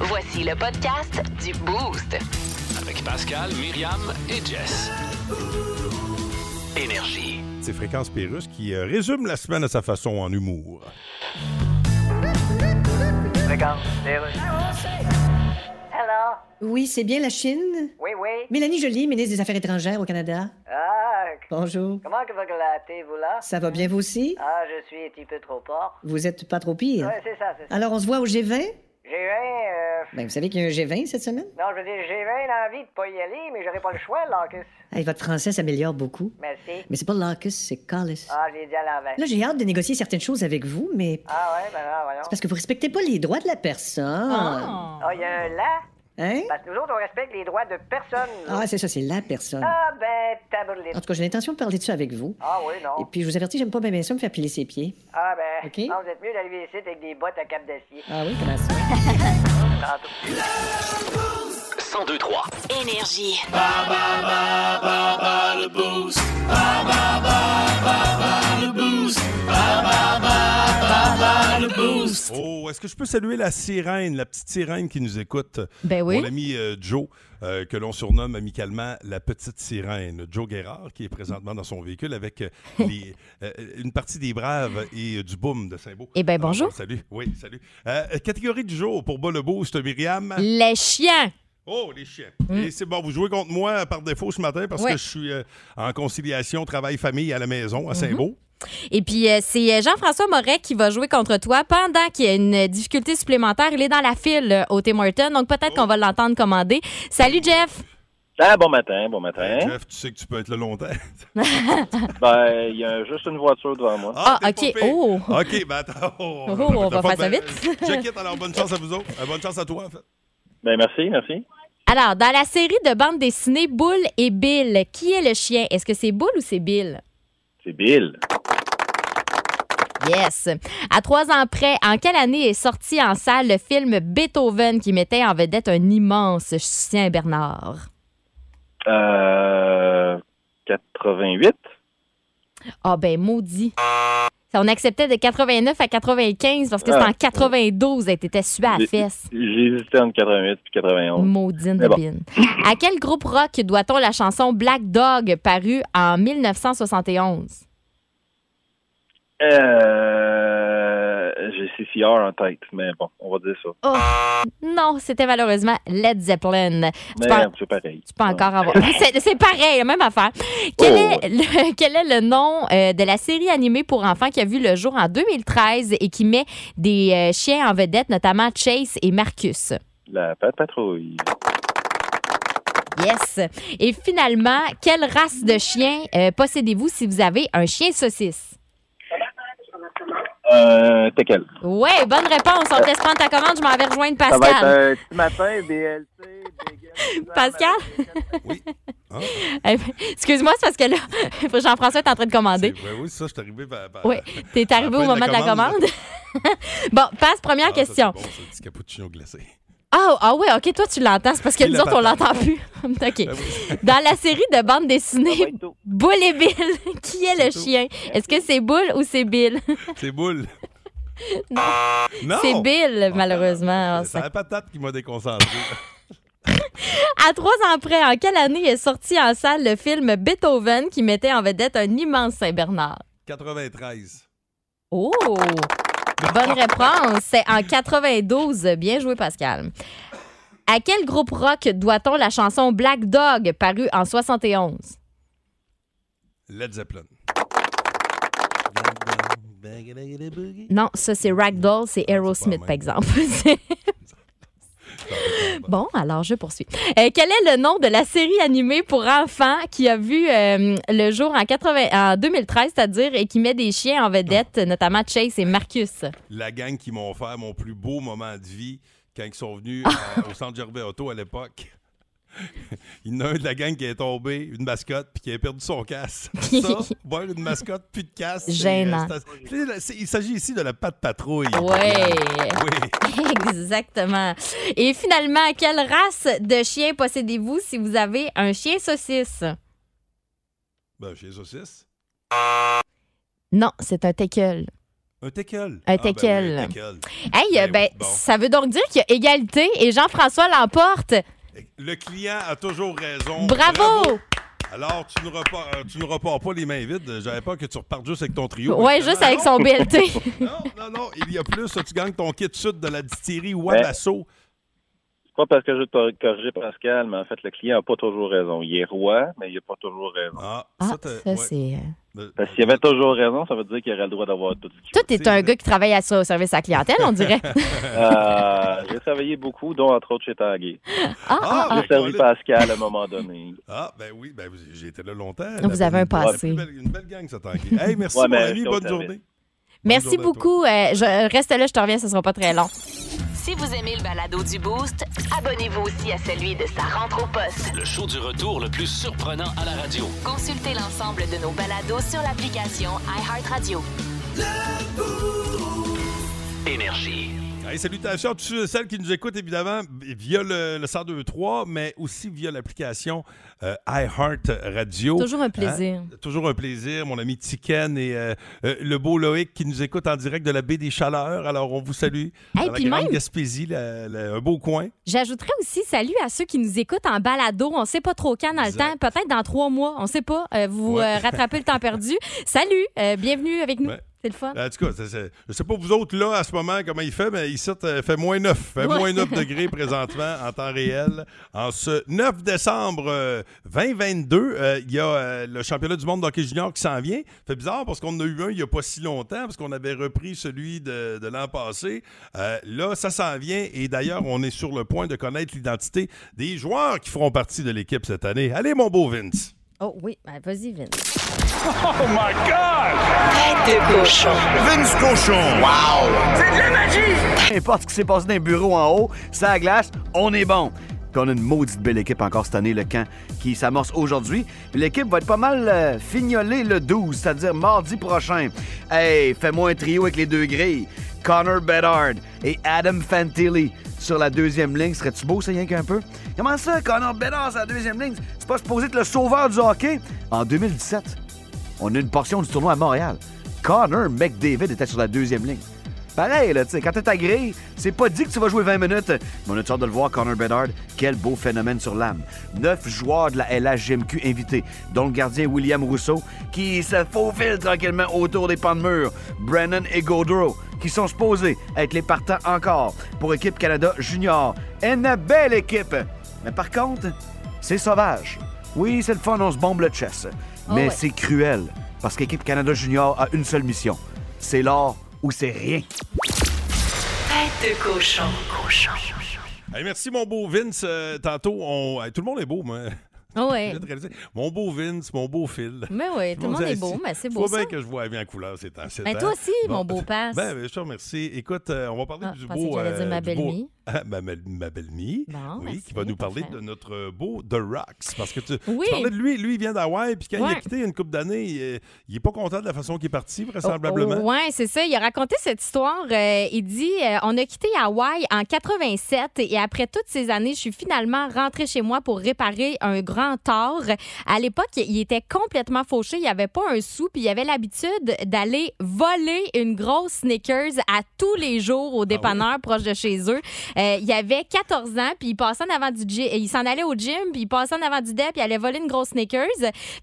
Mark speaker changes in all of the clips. Speaker 1: Voici le podcast du Boost.
Speaker 2: Avec Pascal, Myriam et Jess. Énergie.
Speaker 3: C'est Fréquence Pérus qui euh, résume la semaine à sa façon en humour.
Speaker 4: Hello.
Speaker 5: Oui, c'est bien la Chine.
Speaker 4: Oui, oui.
Speaker 5: Mélanie Joly, ministre des Affaires étrangères au Canada.
Speaker 4: Ah,
Speaker 5: Bonjour.
Speaker 4: comment que vous glattez, vous là?
Speaker 5: Ça va bien vous aussi?
Speaker 4: Ah, je suis un petit peu trop fort.
Speaker 5: Vous êtes pas trop pire.
Speaker 4: Ouais, c'est ça, c'est ça.
Speaker 5: Alors, on se voit au G20?
Speaker 4: J'ai un. euh,
Speaker 5: Ben, vous savez qu'il y a un G20 cette semaine?
Speaker 4: Non, je veux dire, j'ai bien envie de pas y aller, mais j'aurais pas le choix, Lacus.
Speaker 5: Hey, votre français s'améliore beaucoup.
Speaker 4: Merci.
Speaker 5: Mais c'est pas Lacus, c'est Callis.
Speaker 4: Ah, je l'ai dit à l'envers.
Speaker 5: Là, j'ai hâte de négocier certaines choses avec vous, mais
Speaker 4: Ah, ouais, ben là, voyons.
Speaker 5: c'est parce que vous respectez pas les droits de la personne.
Speaker 4: Ah, il y a un là?
Speaker 5: Hein?
Speaker 4: Parce que nous autres, on respecte les droits de personne. là.
Speaker 5: Ah, c'est ça, c'est la personne.
Speaker 4: Ah, ben,
Speaker 5: En
Speaker 4: taboulette.
Speaker 5: tout cas, j'ai l'intention de parler de ça avec vous.
Speaker 4: Ah, oui,
Speaker 5: Et
Speaker 4: non.
Speaker 5: puis, je vous avertis, j'aime pas bien bien ça me faire piler ses pieds.
Speaker 4: Ah, ben,
Speaker 5: Ok.
Speaker 4: ah, vous êtes mieux d'arriver ici avec des bottes à cap d'acier.
Speaker 5: Ah oui, comment ça?
Speaker 2: 1023.
Speaker 1: Énergie.
Speaker 3: Oh, est-ce que je peux saluer la sirène, la petite sirène qui nous écoute?
Speaker 6: Ben oui.
Speaker 3: Mon ami euh, Joe, euh, que l'on surnomme amicalement la petite sirène. Joe Guérard, qui est présentement dans son véhicule avec euh, les- euh, une partie des Braves et euh, du Boom de Saint-Beau.
Speaker 6: Eh ben,
Speaker 3: Alors,
Speaker 6: bonjour.
Speaker 3: euh, salut, oui, salut. Euh, catégorie du jour pour Bas le Boost, Myriam.
Speaker 6: Les chiens.
Speaker 3: Oh, les chiens. Et c'est bon, vous jouez contre moi par défaut ce matin parce
Speaker 6: Mm. Ouais. Mm-hmm.
Speaker 3: que je suis euh, en conciliation travail-famille à la maison, à Saint-Beau.
Speaker 6: Et puis, euh, c'est euh, Jean-François Moret qui va jouer contre toi pendant qu'il y a une euh, difficulté supplémentaire. Il est dans la file euh, au Tim Hortons, donc peut-être qu'on va l'entendre commander. Salut, Jeff.
Speaker 7: Ah, bon matin, bon matin.
Speaker 3: Euh, Jeff, tu sais que tu peux être là longtemps.
Speaker 7: Ben, il y a juste une voiture devant moi.
Speaker 6: Ah,
Speaker 3: t'es
Speaker 6: ok.
Speaker 3: pas pire.
Speaker 6: Oh.
Speaker 3: OK, ben attends. Oh,
Speaker 6: Oh, on va faire ça
Speaker 3: Ben,
Speaker 6: vite.
Speaker 3: Je quitte, alors bonne chance à vous autres. Euh, bonne chance à toi, en fait.
Speaker 7: Ben, merci, merci.
Speaker 6: Alors, dans la série de bandes dessinées Boule et Bill, qui est le chien? Est-ce que c'est Boule ou c'est Bill?
Speaker 7: C'est Bill.
Speaker 6: Yes. À trois ans près, en quelle année est sorti en salle le film Beethoven qui mettait en vedette un immense chien Bernard?
Speaker 7: Euh, 88.
Speaker 6: Ah ben maudit. Ça, On acceptait de 89 à 95 parce que c'était
Speaker 7: Ah.
Speaker 6: en 92 elle était suée à la
Speaker 7: J'ai-
Speaker 6: fesse.
Speaker 7: J'ai hésité entre 88 puis 91.
Speaker 6: Maudine de
Speaker 7: Mais bon.
Speaker 6: bine. À quel groupe rock doit-on la chanson Black Dog parue en 1971?
Speaker 7: Euh, j'ai CCR en tête, mais bon, on va dire ça.
Speaker 6: Non, c'était malheureusement Led Zeppelin. Tu peux,
Speaker 7: Merde, c'est pareil.
Speaker 6: tu peux encore avoir. C'est c'est pareil, la même affaire. Quel,
Speaker 7: Ah. Oh.
Speaker 6: est le, quel est le nom euh, de la série animée pour enfants qui a vu le jour en 2013 et qui met des euh, chiens en vedette, notamment Chase et Marcus?
Speaker 7: La Pat patrouille.
Speaker 6: Yes. Et finalement, quelle race de chien euh, possédez-vous si vous avez un chien saucisse?
Speaker 7: Euh, t'es quel?
Speaker 6: Ouais, bonne réponse. On te laisse prendre ta commande. Je m'en vais rejoindre
Speaker 7: Ça va être euh,
Speaker 6: Pascal.
Speaker 7: un petit matin, BLC,
Speaker 6: Pascal?
Speaker 3: Oui. Ah,
Speaker 6: Euh, Excuse-moi, c'est parce que là, Jean-François est en train de
Speaker 3: c'est
Speaker 6: commander.
Speaker 3: vrai, oui, ça, je suis arrivé par- par-
Speaker 6: Oui, t'es arrivé
Speaker 3: euh, À
Speaker 6: au
Speaker 3: la fin de
Speaker 6: moment
Speaker 3: la
Speaker 6: de la
Speaker 3: commande.
Speaker 6: commande. bon, passe première
Speaker 3: Ah, ça,
Speaker 6: question.
Speaker 3: c'est bon, c'est un petit cappuccino glacé.
Speaker 6: Ah, ah ouais, OK, toi, tu l'entends. C'est parce que
Speaker 3: Et
Speaker 6: nous
Speaker 3: la
Speaker 6: autres, on
Speaker 3: patate.
Speaker 6: l'entend plus. OK.
Speaker 3: Ben oui.
Speaker 6: Dans la série de bandes dessinées,
Speaker 7: tout.
Speaker 6: Boule et Bill, qui est
Speaker 3: C'est
Speaker 6: le
Speaker 3: tout.
Speaker 6: chien? Est-ce que c'est Boule ou c'est Bill?
Speaker 3: C'est boule.
Speaker 6: Non.
Speaker 3: Non. Ben,
Speaker 6: C'est Ah, Bill, malheureusement.
Speaker 3: C'est la patate qui m'a déconcentré.
Speaker 6: À trois ans près, en quelle année est sorti en salle le film Beethoven qui mettait en vedette un immense Saint-Bernard?
Speaker 3: 93.
Speaker 6: Oh! Bonne réponse. C'est en 92. Bien joué, Pascal. À quel groupe rock doit-on la chanson Black Dog parue en 71?
Speaker 3: Led Zeppelin.
Speaker 6: Non, ça, c'est Ragdoll, c'est
Speaker 3: pas la
Speaker 6: Aerosmith,
Speaker 3: même.
Speaker 6: par exemple. C'est- bon, alors je poursuis. Euh, quel est le nom de la série animée pour enfants qui a vu euh, le jour en, 80 en 2013, c'est-à-dire, et qui met des chiens en vedette,
Speaker 3: Ah.
Speaker 6: notamment Chase et Marcus?
Speaker 3: La gang qui m'ont offert mon plus beau moment de vie quand ils sont venus
Speaker 6: Ah!
Speaker 3: euh, au centre Gervais Auto à l'époque. Il y en a un de la gang qui est tombé, une mascotte, puis qui a perdu son casque. Ça, boire une mascotte, plus de casque. c'est- euh,
Speaker 6: Gênant.
Speaker 3: c'est- c'est- c'est- c'est- il s'agit ici de la patte patrouille.
Speaker 6: Ouais.
Speaker 3: Oui.
Speaker 6: Exactement. Et finalement, quelle race de chien possédez-vous si vous avez un chien saucisse?
Speaker 3: Ben, chez les saucisses.
Speaker 6: Non, c'est un teckel.
Speaker 3: Un teckel.
Speaker 6: Un
Speaker 3: Ah, ben oui,
Speaker 6: teckel.
Speaker 3: teckel.
Speaker 6: Hey, euh,
Speaker 3: Ben
Speaker 6: ben,
Speaker 3: oui, bon.
Speaker 6: ça veut donc dire qu'il y a égalité et Jean-François l'emporte.
Speaker 3: Le client a toujours raison.
Speaker 6: Bravo!
Speaker 3: Alors, tu ne, repars, euh, tu ne repars pas les mains vides. J'avais peur que tu repartes juste avec ton trio.
Speaker 6: Ouais, juste
Speaker 3: Non,
Speaker 6: avec son BLT.
Speaker 3: Non, non, non, il y a plus. Tu gagnes ton kit sud de la distillerie Wabasso.
Speaker 7: C'est pas parce que je veux te corriger, Pascal, mais en fait, le client n'a pas toujours raison. Il est roi, mais il n'a pas toujours raison.
Speaker 3: Ah,
Speaker 6: Ah,
Speaker 3: t'as-
Speaker 6: ça,
Speaker 3: ouais.
Speaker 6: c'est.
Speaker 3: Euh,
Speaker 7: Parce qu'il Ben, avait toujours raison, ça veut dire qu'il aurait le droit d'avoir tout ce qu'il
Speaker 6: Toi, t'es
Speaker 3: C'est
Speaker 6: un
Speaker 3: vrai.
Speaker 6: gars qui travaille à ça, au service à la clientèle, on dirait.
Speaker 3: Ben.
Speaker 7: veut. Euh, J'ai travaillé beaucoup, dont entre autres chez Tanguay.
Speaker 3: Ah,
Speaker 7: J'ai
Speaker 3: ben,
Speaker 7: servi
Speaker 3: Colin.
Speaker 7: Pascal à un moment donné.
Speaker 3: Ah, ben oui, ben, vous- j'ai été là longtemps.
Speaker 6: Ah, Vous
Speaker 3: La-
Speaker 6: avez un
Speaker 3: Ouais,
Speaker 6: passé.
Speaker 3: Une belle, une belle gang, ça tanguait. Hey, merci,
Speaker 7: Ouais,
Speaker 3: mon
Speaker 7: mais
Speaker 3: ami.
Speaker 7: je suis au
Speaker 3: Bonne
Speaker 7: service.
Speaker 3: journée.
Speaker 6: Merci
Speaker 3: journée à toi.
Speaker 6: beaucoup. Euh, je, reste là, je te reviens, ce sera pas très long.
Speaker 1: Si vous aimez le balado du Boost, abonnez-vous aussi à celui de sa rentre au poste.
Speaker 2: Le show du retour le plus surprenant à la radio.
Speaker 1: Consultez l'ensemble de nos balados sur l'application iHeartRadio.
Speaker 2: Énergie.
Speaker 3: Hey, salutations à tous ceux et celles qui nous écoutent, évidemment, via le, le 1023, mais aussi via l'application euh, iHeart Radio.
Speaker 6: Toujours un plaisir.
Speaker 3: Toujours un plaisir, mon ami Tiken et euh, euh, le beau Loïc qui nous écoute en direct de la baie des Chaleurs. Alors, on vous salue. dans
Speaker 6: Hey,
Speaker 3: la
Speaker 6: puis
Speaker 3: grande
Speaker 6: même-
Speaker 3: Gaspésie, la- la- un beau coin.
Speaker 6: J'ajouterais aussi salut à ceux qui nous écoutent en balado. On sait pas trop quand dans le temps.
Speaker 3: Exact.
Speaker 6: Peut-être dans trois mois. On sait pas. Euh, vous
Speaker 3: Ouais.
Speaker 6: euh, rattrapez le temps perdu. Salut. euh, bienvenue avec nous.
Speaker 3: Ouais.
Speaker 6: C'est le fun.
Speaker 3: En tout cas, c'est- c'est- je sais pas vous autres là à ce moment comment il fait, mais ici, il fait moins 9. fait
Speaker 6: Ouais.
Speaker 3: moins 9 degrés présentement en temps réel. En ce 9 décembre euh, 2022, euh, il y a euh, le championnat du monde d'hockey junior qui s'en vient. fait bizarre parce qu'on en a eu un il n'y a pas si longtemps, parce qu'on avait repris celui de, de l'an passé. Euh, là, ça s'en vient et d'ailleurs, on est sur le point de connaître l'identité des joueurs qui feront partie de l'équipe cette année. Allez, mon beau Vince!
Speaker 6: Oh oui. Ben, Vas-y, Vin.
Speaker 8: Vince Cochon.
Speaker 9: Peu importe ce qui s'est passé dans les bureaux en haut, ça glace, on est bon. Puis on a une maudite belle équipe encore cette année, le camp, qui s'amorce aujourd'hui. Puis L'équipe va être pas mal euh, fignolée le 12, c'est-à-dire mardi prochain. Hey, fais-moi un trio avec les deux grilles. Connor Bedard et Adam Fantilli sur la deuxième ligne. Serait-tu beau, ça, rien qu'un peu? Comment ça, Connor Bedard sur la deuxième ligne? C'est pas supposé être le sauveur du hockey? En 2017, on a une portion du tournoi à Montréal. Connor McDavid était sur la deuxième ligne. Pareil, là, tu sais, quand t'es agréé, c'est pas dit que tu vas jouer 20 minutes. Mais on a hâte de le voir, Connor Bedard. Quel beau phénomène sur l'âme. Neuf joueurs de la LHGMQ invités, dont le gardien William Rousseau, qui se faufile tranquillement autour des pans de mur. Brennan et Gaudreau, qui sont supposés être les partants encore pour Équipe Canada Junior. Une belle équipe! Mais par contre, c'est sauvage. Oui, c'est le fun, on se bombe le chess. Mais
Speaker 6: ouais.
Speaker 9: c'est cruel, parce qu'équipe Canada Junior a une seule mission. C'est l'or ou c'est rien.
Speaker 3: Hey, merci, mon beau Vince. Euh, tantôt, on... hey, tout le monde est beau, moi.
Speaker 6: Oh,
Speaker 3: Je
Speaker 6: ouais.
Speaker 3: viens de réaliser. Mon beau Vince, mon beau Phil.
Speaker 6: Mais oui, tout le monde est beau, mais c'est beau
Speaker 3: Faut
Speaker 6: ça.
Speaker 3: bien que je vois bien en couleur ces temps-ci. hein.
Speaker 6: Mais toi aussi, mon beau passe.
Speaker 3: Ben, ben, je te remercie. Écoute, euh, on va parler
Speaker 6: Ah, je
Speaker 3: du
Speaker 6: pensais que
Speaker 3: beau. euh,
Speaker 6: j'allais dire ma
Speaker 3: du beau-
Speaker 6: belle-mie.
Speaker 3: Ah, ma belle- ma belle-mie.
Speaker 6: Bon,
Speaker 3: oui,
Speaker 6: merci,
Speaker 3: qui va nous parler
Speaker 6: parfait.
Speaker 3: de notre beau The Rocks. Parce que tu, tu
Speaker 6: Oui.
Speaker 3: parlais de lui, lui, il vient d'Hawaï, puis quand il
Speaker 6: Ouais.
Speaker 3: a quitté il y a une couple d'années, il, il est pas content de la façon qu'il est parti,
Speaker 6: Oui,
Speaker 3: vraisemblablement.
Speaker 6: Oh, ouais, c'est ça. Il a raconté cette histoire. Euh, il dit euh, On a quitté Hawaï en 87 et après toutes ces années, je suis finalement rentré chez moi pour réparer un grand tort. À l'époque, il était complètement fauché. Il n'y avait pas un sou, puis il avait l'habitude d'aller voler une grosse sneakers à tous les jours aux dépanneurs proches de chez eux. Euh, il avait 14 ans, puis il passait en avant du gym. Il s'en allait au gym, puis il passait en avant du dep, puis il allait voler une grosse sneakers.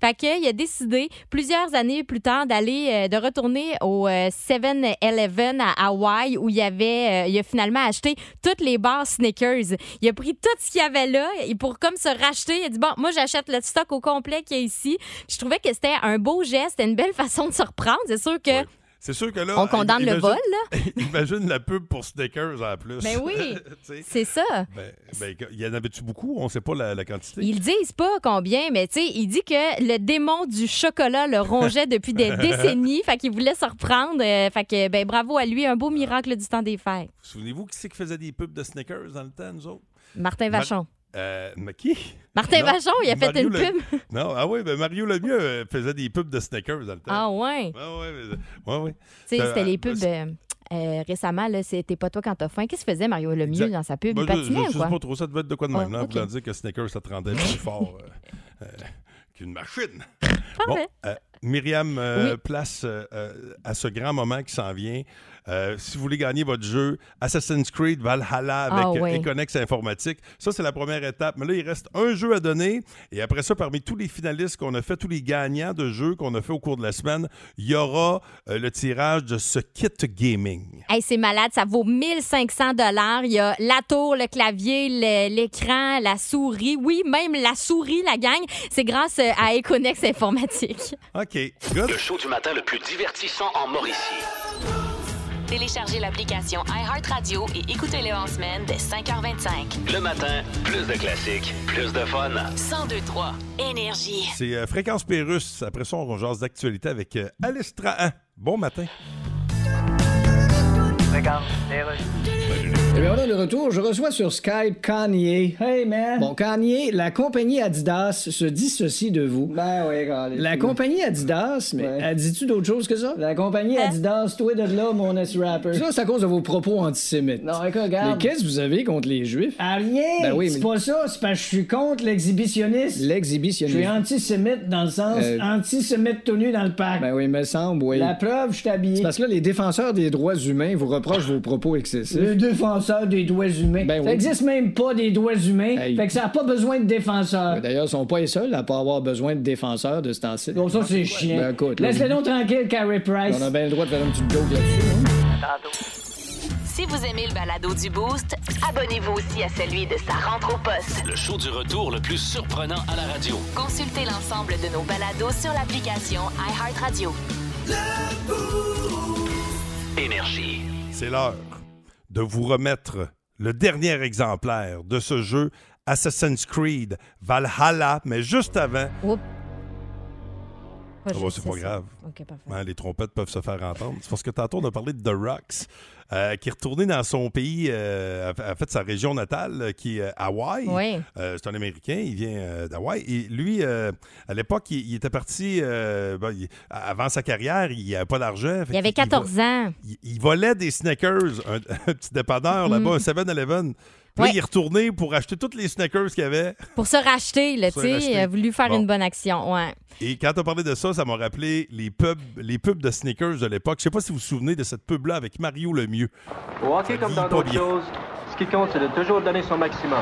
Speaker 6: Fait que, il a décidé plusieurs années plus tard d'aller euh, de retourner au euh, 7-Eleven à Hawaï où il avait euh, il a finalement acheté toutes les barres Snickers. Il a pris tout ce qu'il y avait là et pour comme se racheter, il a dit bon, moi j'achète le stock au complet qu'il y a ici. Je trouvais que c'était un beau geste, une belle façon de se reprendre. C'est sûr que
Speaker 3: Ouais. C'est sûr que là.
Speaker 6: on condamne le
Speaker 3: imagine-
Speaker 6: vol là.
Speaker 3: Imagine la pub pour Snickers en plus.
Speaker 6: Ben oui.
Speaker 3: Tu sais.
Speaker 6: C'est ça.
Speaker 3: Ben, ben, il y en avait-tu beaucoup? On sait pas la, la quantité.
Speaker 6: Ils disent pas combien, mais tu sais, il dit que le démon du chocolat le rongeait depuis des décennies, fait qu'il voulait se reprendre. euh, fait que, ben, bravo à lui, un beau miracle du temps des fêtes.
Speaker 3: Vous Souvenez-vous qui c'est qui faisait des pubs de Snickers dans le temps, nous autres?
Speaker 6: Martin
Speaker 3: Mar-
Speaker 6: Vachon.
Speaker 3: Euh, mais qui?
Speaker 6: Martin
Speaker 3: Non,
Speaker 6: Vachon, il a fait
Speaker 3: Mario
Speaker 6: une
Speaker 3: Le-
Speaker 6: pub.
Speaker 3: Non, ah oui, ben Mario Lemieux euh, faisait des pubs de Snickers dans le temps.
Speaker 6: Ah ouais. Tu
Speaker 3: Ah ouais, mais- ouais, ouais.
Speaker 6: sais,
Speaker 3: Euh,
Speaker 6: c'était les
Speaker 3: euh,
Speaker 6: pubs euh, euh, récemment, là, c'était pas toi quand t'as faim. Qu'est-ce que faisait Mario Lemieux
Speaker 3: Exact.
Speaker 6: dans sa pub?
Speaker 3: Moi,
Speaker 6: il
Speaker 3: je,
Speaker 6: patinait
Speaker 3: je
Speaker 6: ou
Speaker 3: sais
Speaker 6: quoi?
Speaker 3: pas trop ça devait être de quoi de
Speaker 6: Ah,
Speaker 3: même, là,
Speaker 6: ok.
Speaker 3: voulant dire que Snickers, ça te rendait plus fort euh, euh, qu'une machine. Bon, euh, Myriam euh,
Speaker 6: Oui.
Speaker 3: place euh, euh, à ce grand moment qui s'en vient. Euh, si vous voulez gagner votre jeu, Assassin's Creed Valhalla avec
Speaker 6: Ah oui.
Speaker 3: euh, Econex Informatique, ça c'est la première étape. Mais là, il reste un jeu à donner. Et après ça, parmi tous les finalistes qu'on a fait, tous les gagnants de jeux qu'on a fait au cours de la semaine, il y aura euh, le tirage de ce kit gaming.
Speaker 6: Hey, c'est malade, ça vaut 1500 dollars. Il y a la tour, le clavier, le- l'écran, la souris. Oui, même la souris, la gang. C'est grâce euh, à Econex Informatique.
Speaker 3: OK. Good.
Speaker 2: Le show du matin le plus divertissant en Mauricie.
Speaker 1: Téléchargez l'application iHeartRadio et écoutez-le en semaine dès 5h25.
Speaker 2: Le matin, plus de classiques, plus de fun.
Speaker 1: 1023 Énergie.
Speaker 3: C'est euh, Fréquence Pérusse. Après ça, on jase d'actualité avec euh, Alice Trahan. Bon matin.
Speaker 4: Regarde, les rues.
Speaker 10: Et bien voilà le retour. Je reçois sur Skype Kanye. Hey man. Bon Kanye, la compagnie Adidas se dissocie de vous. Ben oui, La
Speaker 11: Hmm.
Speaker 10: compagnie Adidas, mais elle dis-tu d'autre chose que ça La compagnie
Speaker 5: Hein?
Speaker 10: Adidas, toi de là, mon ass rapper. Ça, c'est à cause de vos propos antisémites. Non, écoute, regarde. Mais qu'est-ce que vous avez contre les Juifs
Speaker 11: Ah, rien.
Speaker 10: Ben oui,
Speaker 11: c'est
Speaker 10: mais-
Speaker 11: pas ça, c'est parce que je suis contre l'exhibitionniste. Je
Speaker 10: L'exhibitionnisme.
Speaker 11: suis antisémite dans le sens
Speaker 10: Euh,
Speaker 11: antisémite tout nu dans le parc.
Speaker 10: Ben oui, me semble, oui.
Speaker 11: La preuve, je suis
Speaker 10: C'est
Speaker 11: habillé.
Speaker 10: parce que là, les défenseurs des droits humains vous reprochent vos propos excessifs.
Speaker 11: Le défenseur des doigts humains.
Speaker 10: Ben oui.
Speaker 11: Ça existe même pas des doigts humains.
Speaker 10: Hey.
Speaker 11: Fait que ça a pas besoin de défenseur.
Speaker 10: Ben, D'ailleurs, ils sont pas les seuls à pas avoir besoin de défenseurs de ce temps-ci.
Speaker 11: Bon, ça, c'est chiant.
Speaker 10: Ben, écoute, là,
Speaker 11: Laisse-le donc tranquille, Carrie Price.
Speaker 10: On a bien le droit de faire une petite joke là-dessus. hein?
Speaker 1: Si vous aimez le balado du Boost, abonnez-vous aussi à celui de sa rentre au poste.
Speaker 2: Le show du retour le plus surprenant à la radio.
Speaker 1: Consultez l'ensemble de nos balados sur l'application iHeartRadio.
Speaker 2: Énergie.
Speaker 3: C'est l'heure de vous remettre le dernier exemplaire de ce jeu Assassin's Creed Valhalla, mais juste avant, Ah bon, c'est pas grave.
Speaker 6: OK, parfait.
Speaker 3: hein, les trompettes peuvent se faire entendre. C'est parce que tantôt on a parlé de The Rocks, euh, qui est retourné dans son pays, euh, en fait sa région natale, euh, qui est euh, Hawaï.
Speaker 6: Oui.
Speaker 3: Euh, c'est un Américain, il vient euh, d'Hawaï. Et lui, euh, à l'époque, il, il était parti, euh, ben, il- avant sa carrière, il n'avait pas d'argent. Fait
Speaker 6: Il y avait
Speaker 3: qu'il- il va-
Speaker 6: 14 ans.
Speaker 3: il, il volait des Snickers, un, un petit dépanneur là-bas, un 7-Eleven. Puis là,
Speaker 6: Mm. Ouais.
Speaker 3: il est retourné pour acheter toutes les Snickers qu'il y avait.
Speaker 6: Pour se racheter, là,
Speaker 3: Pour se
Speaker 6: tu sais,
Speaker 3: racheter.
Speaker 6: il a voulu faire
Speaker 3: Bon.
Speaker 6: une bonne action. Ouais.
Speaker 3: Et quand on parlait de ça, ça m'a rappelé les pubs, les pubs de Snickers de l'époque. Je sais pas si vous vous souvenez de cette pub-là avec Mario Lemieux.
Speaker 12: Au hockey, comme dans
Speaker 3: Dis pas
Speaker 12: d'autres
Speaker 3: bien.
Speaker 12: choses, ce qui compte, c'est de toujours donner son maximum.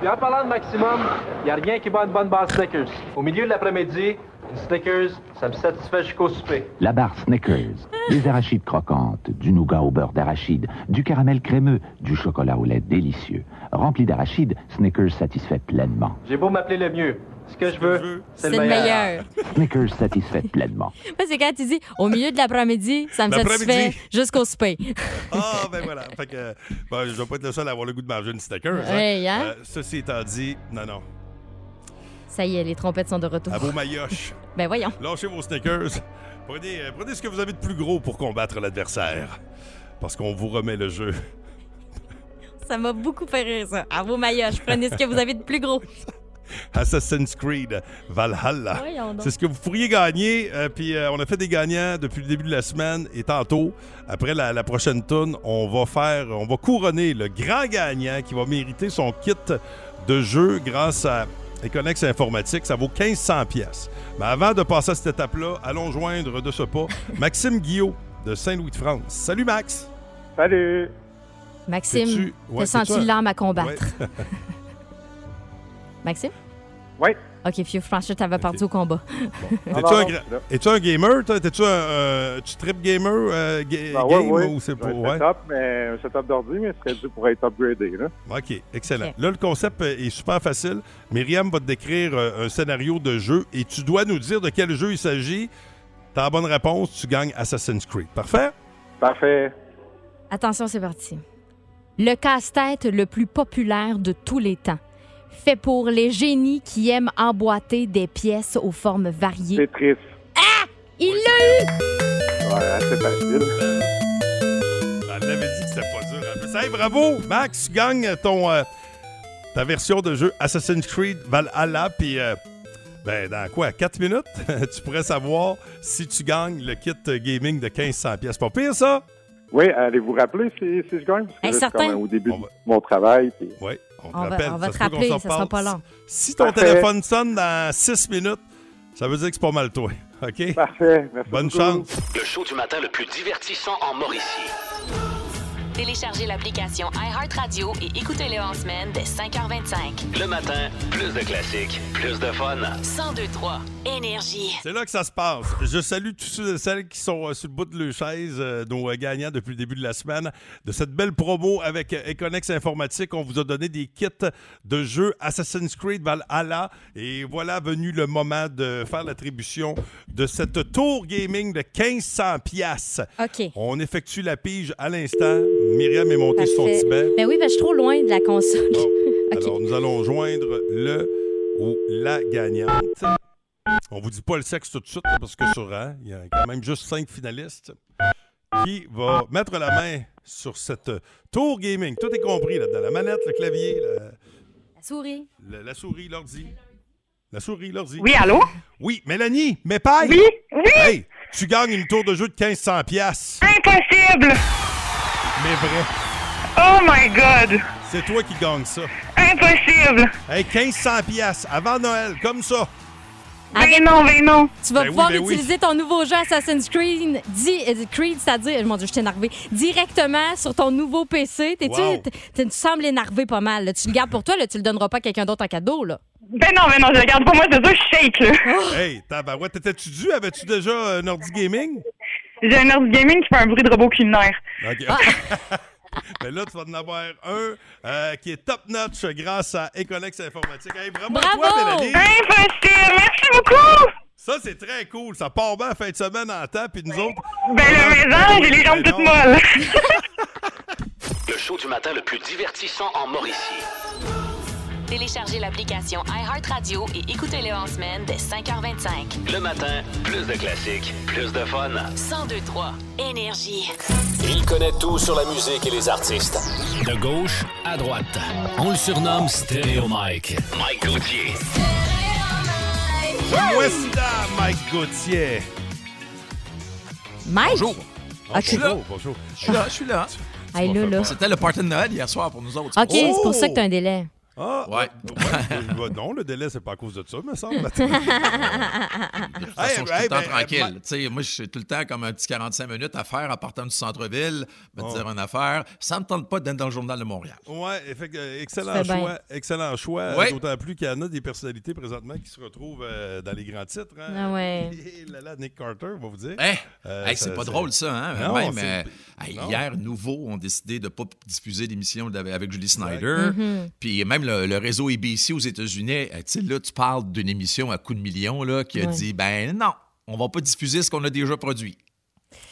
Speaker 12: Puis en parlant de maximum, il n'y a rien qui bat une bonne barre Snickers. Au milieu de l'après-midi, une Snickers, ça me satisfait jusqu'au souper.
Speaker 13: La barre Snickers, des arachides croquantes, du nougat au beurre d'arachide, du caramel crémeux, du chocolat au lait délicieux. Rempli d'arachides, Snickers satisfait pleinement.
Speaker 12: J'ai beau m'appeler le mieux. Ce que je veux, c'est
Speaker 6: C'est le meilleur.
Speaker 13: Snickers satisfait pleinement.
Speaker 6: Moi, c'est quand tu dis au milieu de l'après-midi, ça me
Speaker 3: L'après-midi.
Speaker 6: satisfait jusqu'au souper.
Speaker 3: Ah, ben voilà. Fait que, ben, je vais pas être le seul à avoir le goût de manger une Snickers. hein.
Speaker 6: Ouais, hein?
Speaker 3: Euh, ceci étant dit, non, non.
Speaker 6: Ça y est, les trompettes sont de retour.
Speaker 3: À vos maillotches,
Speaker 6: Ben voyons.
Speaker 3: lâchez vos Snickers. Prenez, euh, prenez ce que vous avez de plus gros pour combattre l'adversaire. Parce qu'on vous remet le jeu.
Speaker 6: Ça m'a beaucoup fait rire, ça. À vos maillages, prenez ce que vous avez de plus gros.
Speaker 3: Assassin's Creed Valhalla.
Speaker 6: Voyons donc.
Speaker 3: Ah, C'est ce que vous pourriez gagner. euh, puis euh, on a fait des gagnants depuis le début de la semaine et tantôt, après la, la prochaine tourne, on va faire, on va couronner le grand gagnant qui va mériter son kit de jeu grâce à Econex Informatique. Ça vaut 1500 pièces. Mais avant de passer à cette étape-là, allons joindre de ce pas Maxime Guillot de Saint-Louis de France. Salut Max.
Speaker 12: Salut!
Speaker 6: Maxime,
Speaker 3: Peux-tu-
Speaker 6: t'as
Speaker 3: ouais,
Speaker 6: senti
Speaker 3: peux-tu-
Speaker 6: l'âme à combattre.
Speaker 3: Ouais.
Speaker 6: Maxime?
Speaker 12: Oui.
Speaker 6: OK, Fiu, je pensais que t'avais parti au combat.
Speaker 3: T'es-tu un, gra- es-tu un gamer? toi? T'es-tu un, euh, tu trip gamer euh, ga-
Speaker 14: Ah,
Speaker 12: Ben,
Speaker 3: game
Speaker 12: ouais, ouais.
Speaker 3: ou c'est pas?
Speaker 12: Un
Speaker 3: ouais?
Speaker 12: setup, mais un setup d'ordi, mais ce serait dû pour être upgradé. Là.
Speaker 3: OK, excellent.
Speaker 6: Ok.
Speaker 3: Là, le concept euh, est super facile. Myriam va te décrire euh, un scénario de jeu et tu dois nous dire de quel jeu il s'agit. T'as la bonne réponse, tu gagnes Assassin's Creed. Parfait?
Speaker 12: Parfait.
Speaker 6: Attention, c'est parti. Le casse-tête le plus populaire de tous les temps. Fait pour les génies qui aiment emboîter des pièces aux formes variées.
Speaker 12: C'est triste.
Speaker 6: Il l'a eu!
Speaker 12: Ouais, c'est facile.
Speaker 3: Elle l'avait dit que c'était pas dur. hein. Mais ça, hey, bravo! Max, tu gagnes ton, euh, ta version de jeu Assassin's Creed Valhalla. Puis, euh, ben, dans quoi? 4 minutes? tu pourrais savoir si tu gagnes le kit gaming de 1500$. pièces. Pas pire, ça?
Speaker 14: Oui, allez-vous rappeler si, si je gagne? Parce que
Speaker 6: Eh,
Speaker 14: là, je suis
Speaker 6: certain.
Speaker 14: comme au début
Speaker 3: ben-
Speaker 14: de mon travail.
Speaker 3: Oui, on
Speaker 6: On va- on va te rappeler, ça sera pas long.
Speaker 3: Si ton
Speaker 14: Parfait.
Speaker 3: téléphone sonne dans 6 minutes, ça veut dire que c'est pas mal toi. OK?
Speaker 14: Parfait. Merci
Speaker 3: Bonne
Speaker 14: beaucoup.
Speaker 3: chance.
Speaker 2: Le show du matin le plus divertissant en Mauricie.
Speaker 1: Téléchargez l'application iHeartRadio et écoutez-le en semaine dès 5h25.
Speaker 2: Le matin, plus de classiques, plus de fun.
Speaker 1: 1023 Énergie.
Speaker 3: C'est là que ça se passe. Je salue tous ceux et celles qui sont euh, sur le bout de leur chaise, euh, nos euh, gagnants depuis le début de la semaine, de cette belle promo avec euh, Econex Informatique. On vous a donné des kits de jeux Assassin's Creed Valhalla. Et voilà venu le moment de faire l'attribution de cette tour gaming de 1500 pièces.
Speaker 6: OK.
Speaker 3: On effectue la pige à l'instant. Myriam est montée sur son
Speaker 6: Parfait.
Speaker 3: petit banc.
Speaker 6: Ben oui, ben je suis trop loin de la console.
Speaker 3: Oh, Alors, nous allons joindre le ou la gagnante. On vous dit pas le sexe tout de suite, là, parce que sur un, il y a quand même juste cinq finalistes qui va mettre la main sur cette euh, tour gaming. Tout est compris là-dedans. La manette, le clavier, la,
Speaker 6: La souris.
Speaker 3: la- la souris, l'ordi. La souris, l'ordi.
Speaker 15: Oui, allô?
Speaker 3: Oui, Mélanie, mais paille.
Speaker 15: Oui, oui. Ah!
Speaker 3: Hey, tu gagnes une tour de jeu de 1500 pièces.
Speaker 15: Impossible!
Speaker 3: Mais vrai.
Speaker 15: Oh my God!
Speaker 3: C'est toi qui gagne ça.
Speaker 15: Impossible!
Speaker 3: Hey, 1500 pièces avant Noël, comme ça.
Speaker 6: Avec-
Speaker 15: non, ben non.
Speaker 6: Tu vas
Speaker 3: Ben oui,
Speaker 6: pouvoir
Speaker 3: ben oui.
Speaker 6: utiliser ton nouveau jeu Assassin's Creed, di- euh, Creed c'est-à-dire, mon Dieu, je t'ai énervé, directement sur ton nouveau PC. T'es-tu-
Speaker 15: Wow.
Speaker 6: t- t- tu sembles énervé pas mal. là. Tu le gardes pour toi, là, tu le donneras pas à quelqu'un d'autre en cadeau. Là.
Speaker 15: Ben non, ben non, je le garde pas moi, c'est sûr, je shake, là.
Speaker 3: Hey, tabarouette, t'étais-tu dû? Avais-tu déjà un ordi gaming?
Speaker 15: J'ai un ordi gaming qui fait un bruit de robot culinaire.
Speaker 3: OK.
Speaker 15: Ah.
Speaker 3: Mais là, tu vas en avoir un euh, qui est top-notch grâce à Econex Informatique. Hey, bravo, à toi, Mélanie!
Speaker 15: Impossible! Merci beaucoup!
Speaker 3: Ça, c'est très cool. Ça part bien la fin de semaine en temps, puis nous autres...
Speaker 15: Ben, le maison, j'ai les jambes toutes molles.
Speaker 2: Le show du matin le plus divertissant en Mauricie.
Speaker 1: Téléchargez l'application iHeartRadio et écoutez-le en semaine dès 5h25.
Speaker 2: Le matin, plus de classiques, plus de fun.
Speaker 1: 1023 Énergie.
Speaker 2: Il connaît tout sur la musique et les artistes. De gauche à droite. On le surnomme Stéréo Mike. Mike Gauthier.
Speaker 3: Westa, Mike Gauthier.
Speaker 6: Mike?
Speaker 16: Bonjour.
Speaker 6: Ah, tu-
Speaker 16: Bonjour. Je suis là, je suis là. hein.
Speaker 6: Hey, là, là.
Speaker 16: C'était le party de Noël hier soir pour nous autres.
Speaker 6: OK, c'est pour ça que tu as un délai.
Speaker 3: Ah, ouais. ouais, non, le délai, c'est pas à cause de ça, me semble.
Speaker 16: De toute façon, je suis
Speaker 3: Hey,
Speaker 16: tout le
Speaker 3: ben,
Speaker 16: temps tranquille. Tu sais, moi, je suis tout le temps comme un petit 45 minutes à faire en partant du centre-ville, me
Speaker 3: Oh.
Speaker 16: dire une affaire. Ça me tente pas d'être dans le journal de Montréal.
Speaker 3: Ouais, fait que, euh, excellent
Speaker 16: Tu fais bien.
Speaker 3: choix. Excellent choix. euh,
Speaker 16: Ouais.
Speaker 3: D'autant plus qu'il y en a des personnalités présentement qui se retrouvent euh, dans les grands titres. hein.
Speaker 6: Ah ouais.
Speaker 3: Hé, là, là, Nick Carter, on va vous dire.
Speaker 16: Hey,
Speaker 3: Euh,
Speaker 16: Hein? hey, c'est
Speaker 3: ça-
Speaker 16: pas drôle, ça. Hein?
Speaker 3: Non,
Speaker 16: Même,
Speaker 3: c'est-
Speaker 16: euh, hey,
Speaker 3: non.
Speaker 16: Hier, Nouveau ont décidé de ne pas diffuser l'émission d'ave- avec Julie Snyder.
Speaker 3: Mhm.
Speaker 16: Puis même le, le réseau ABC aux États-Unis, euh, tu sais, là, tu parles d'une émission à coup de millions là, qui a
Speaker 3: Ouais.
Speaker 16: dit ben non, on va pas diffuser ce qu'on a déjà produit.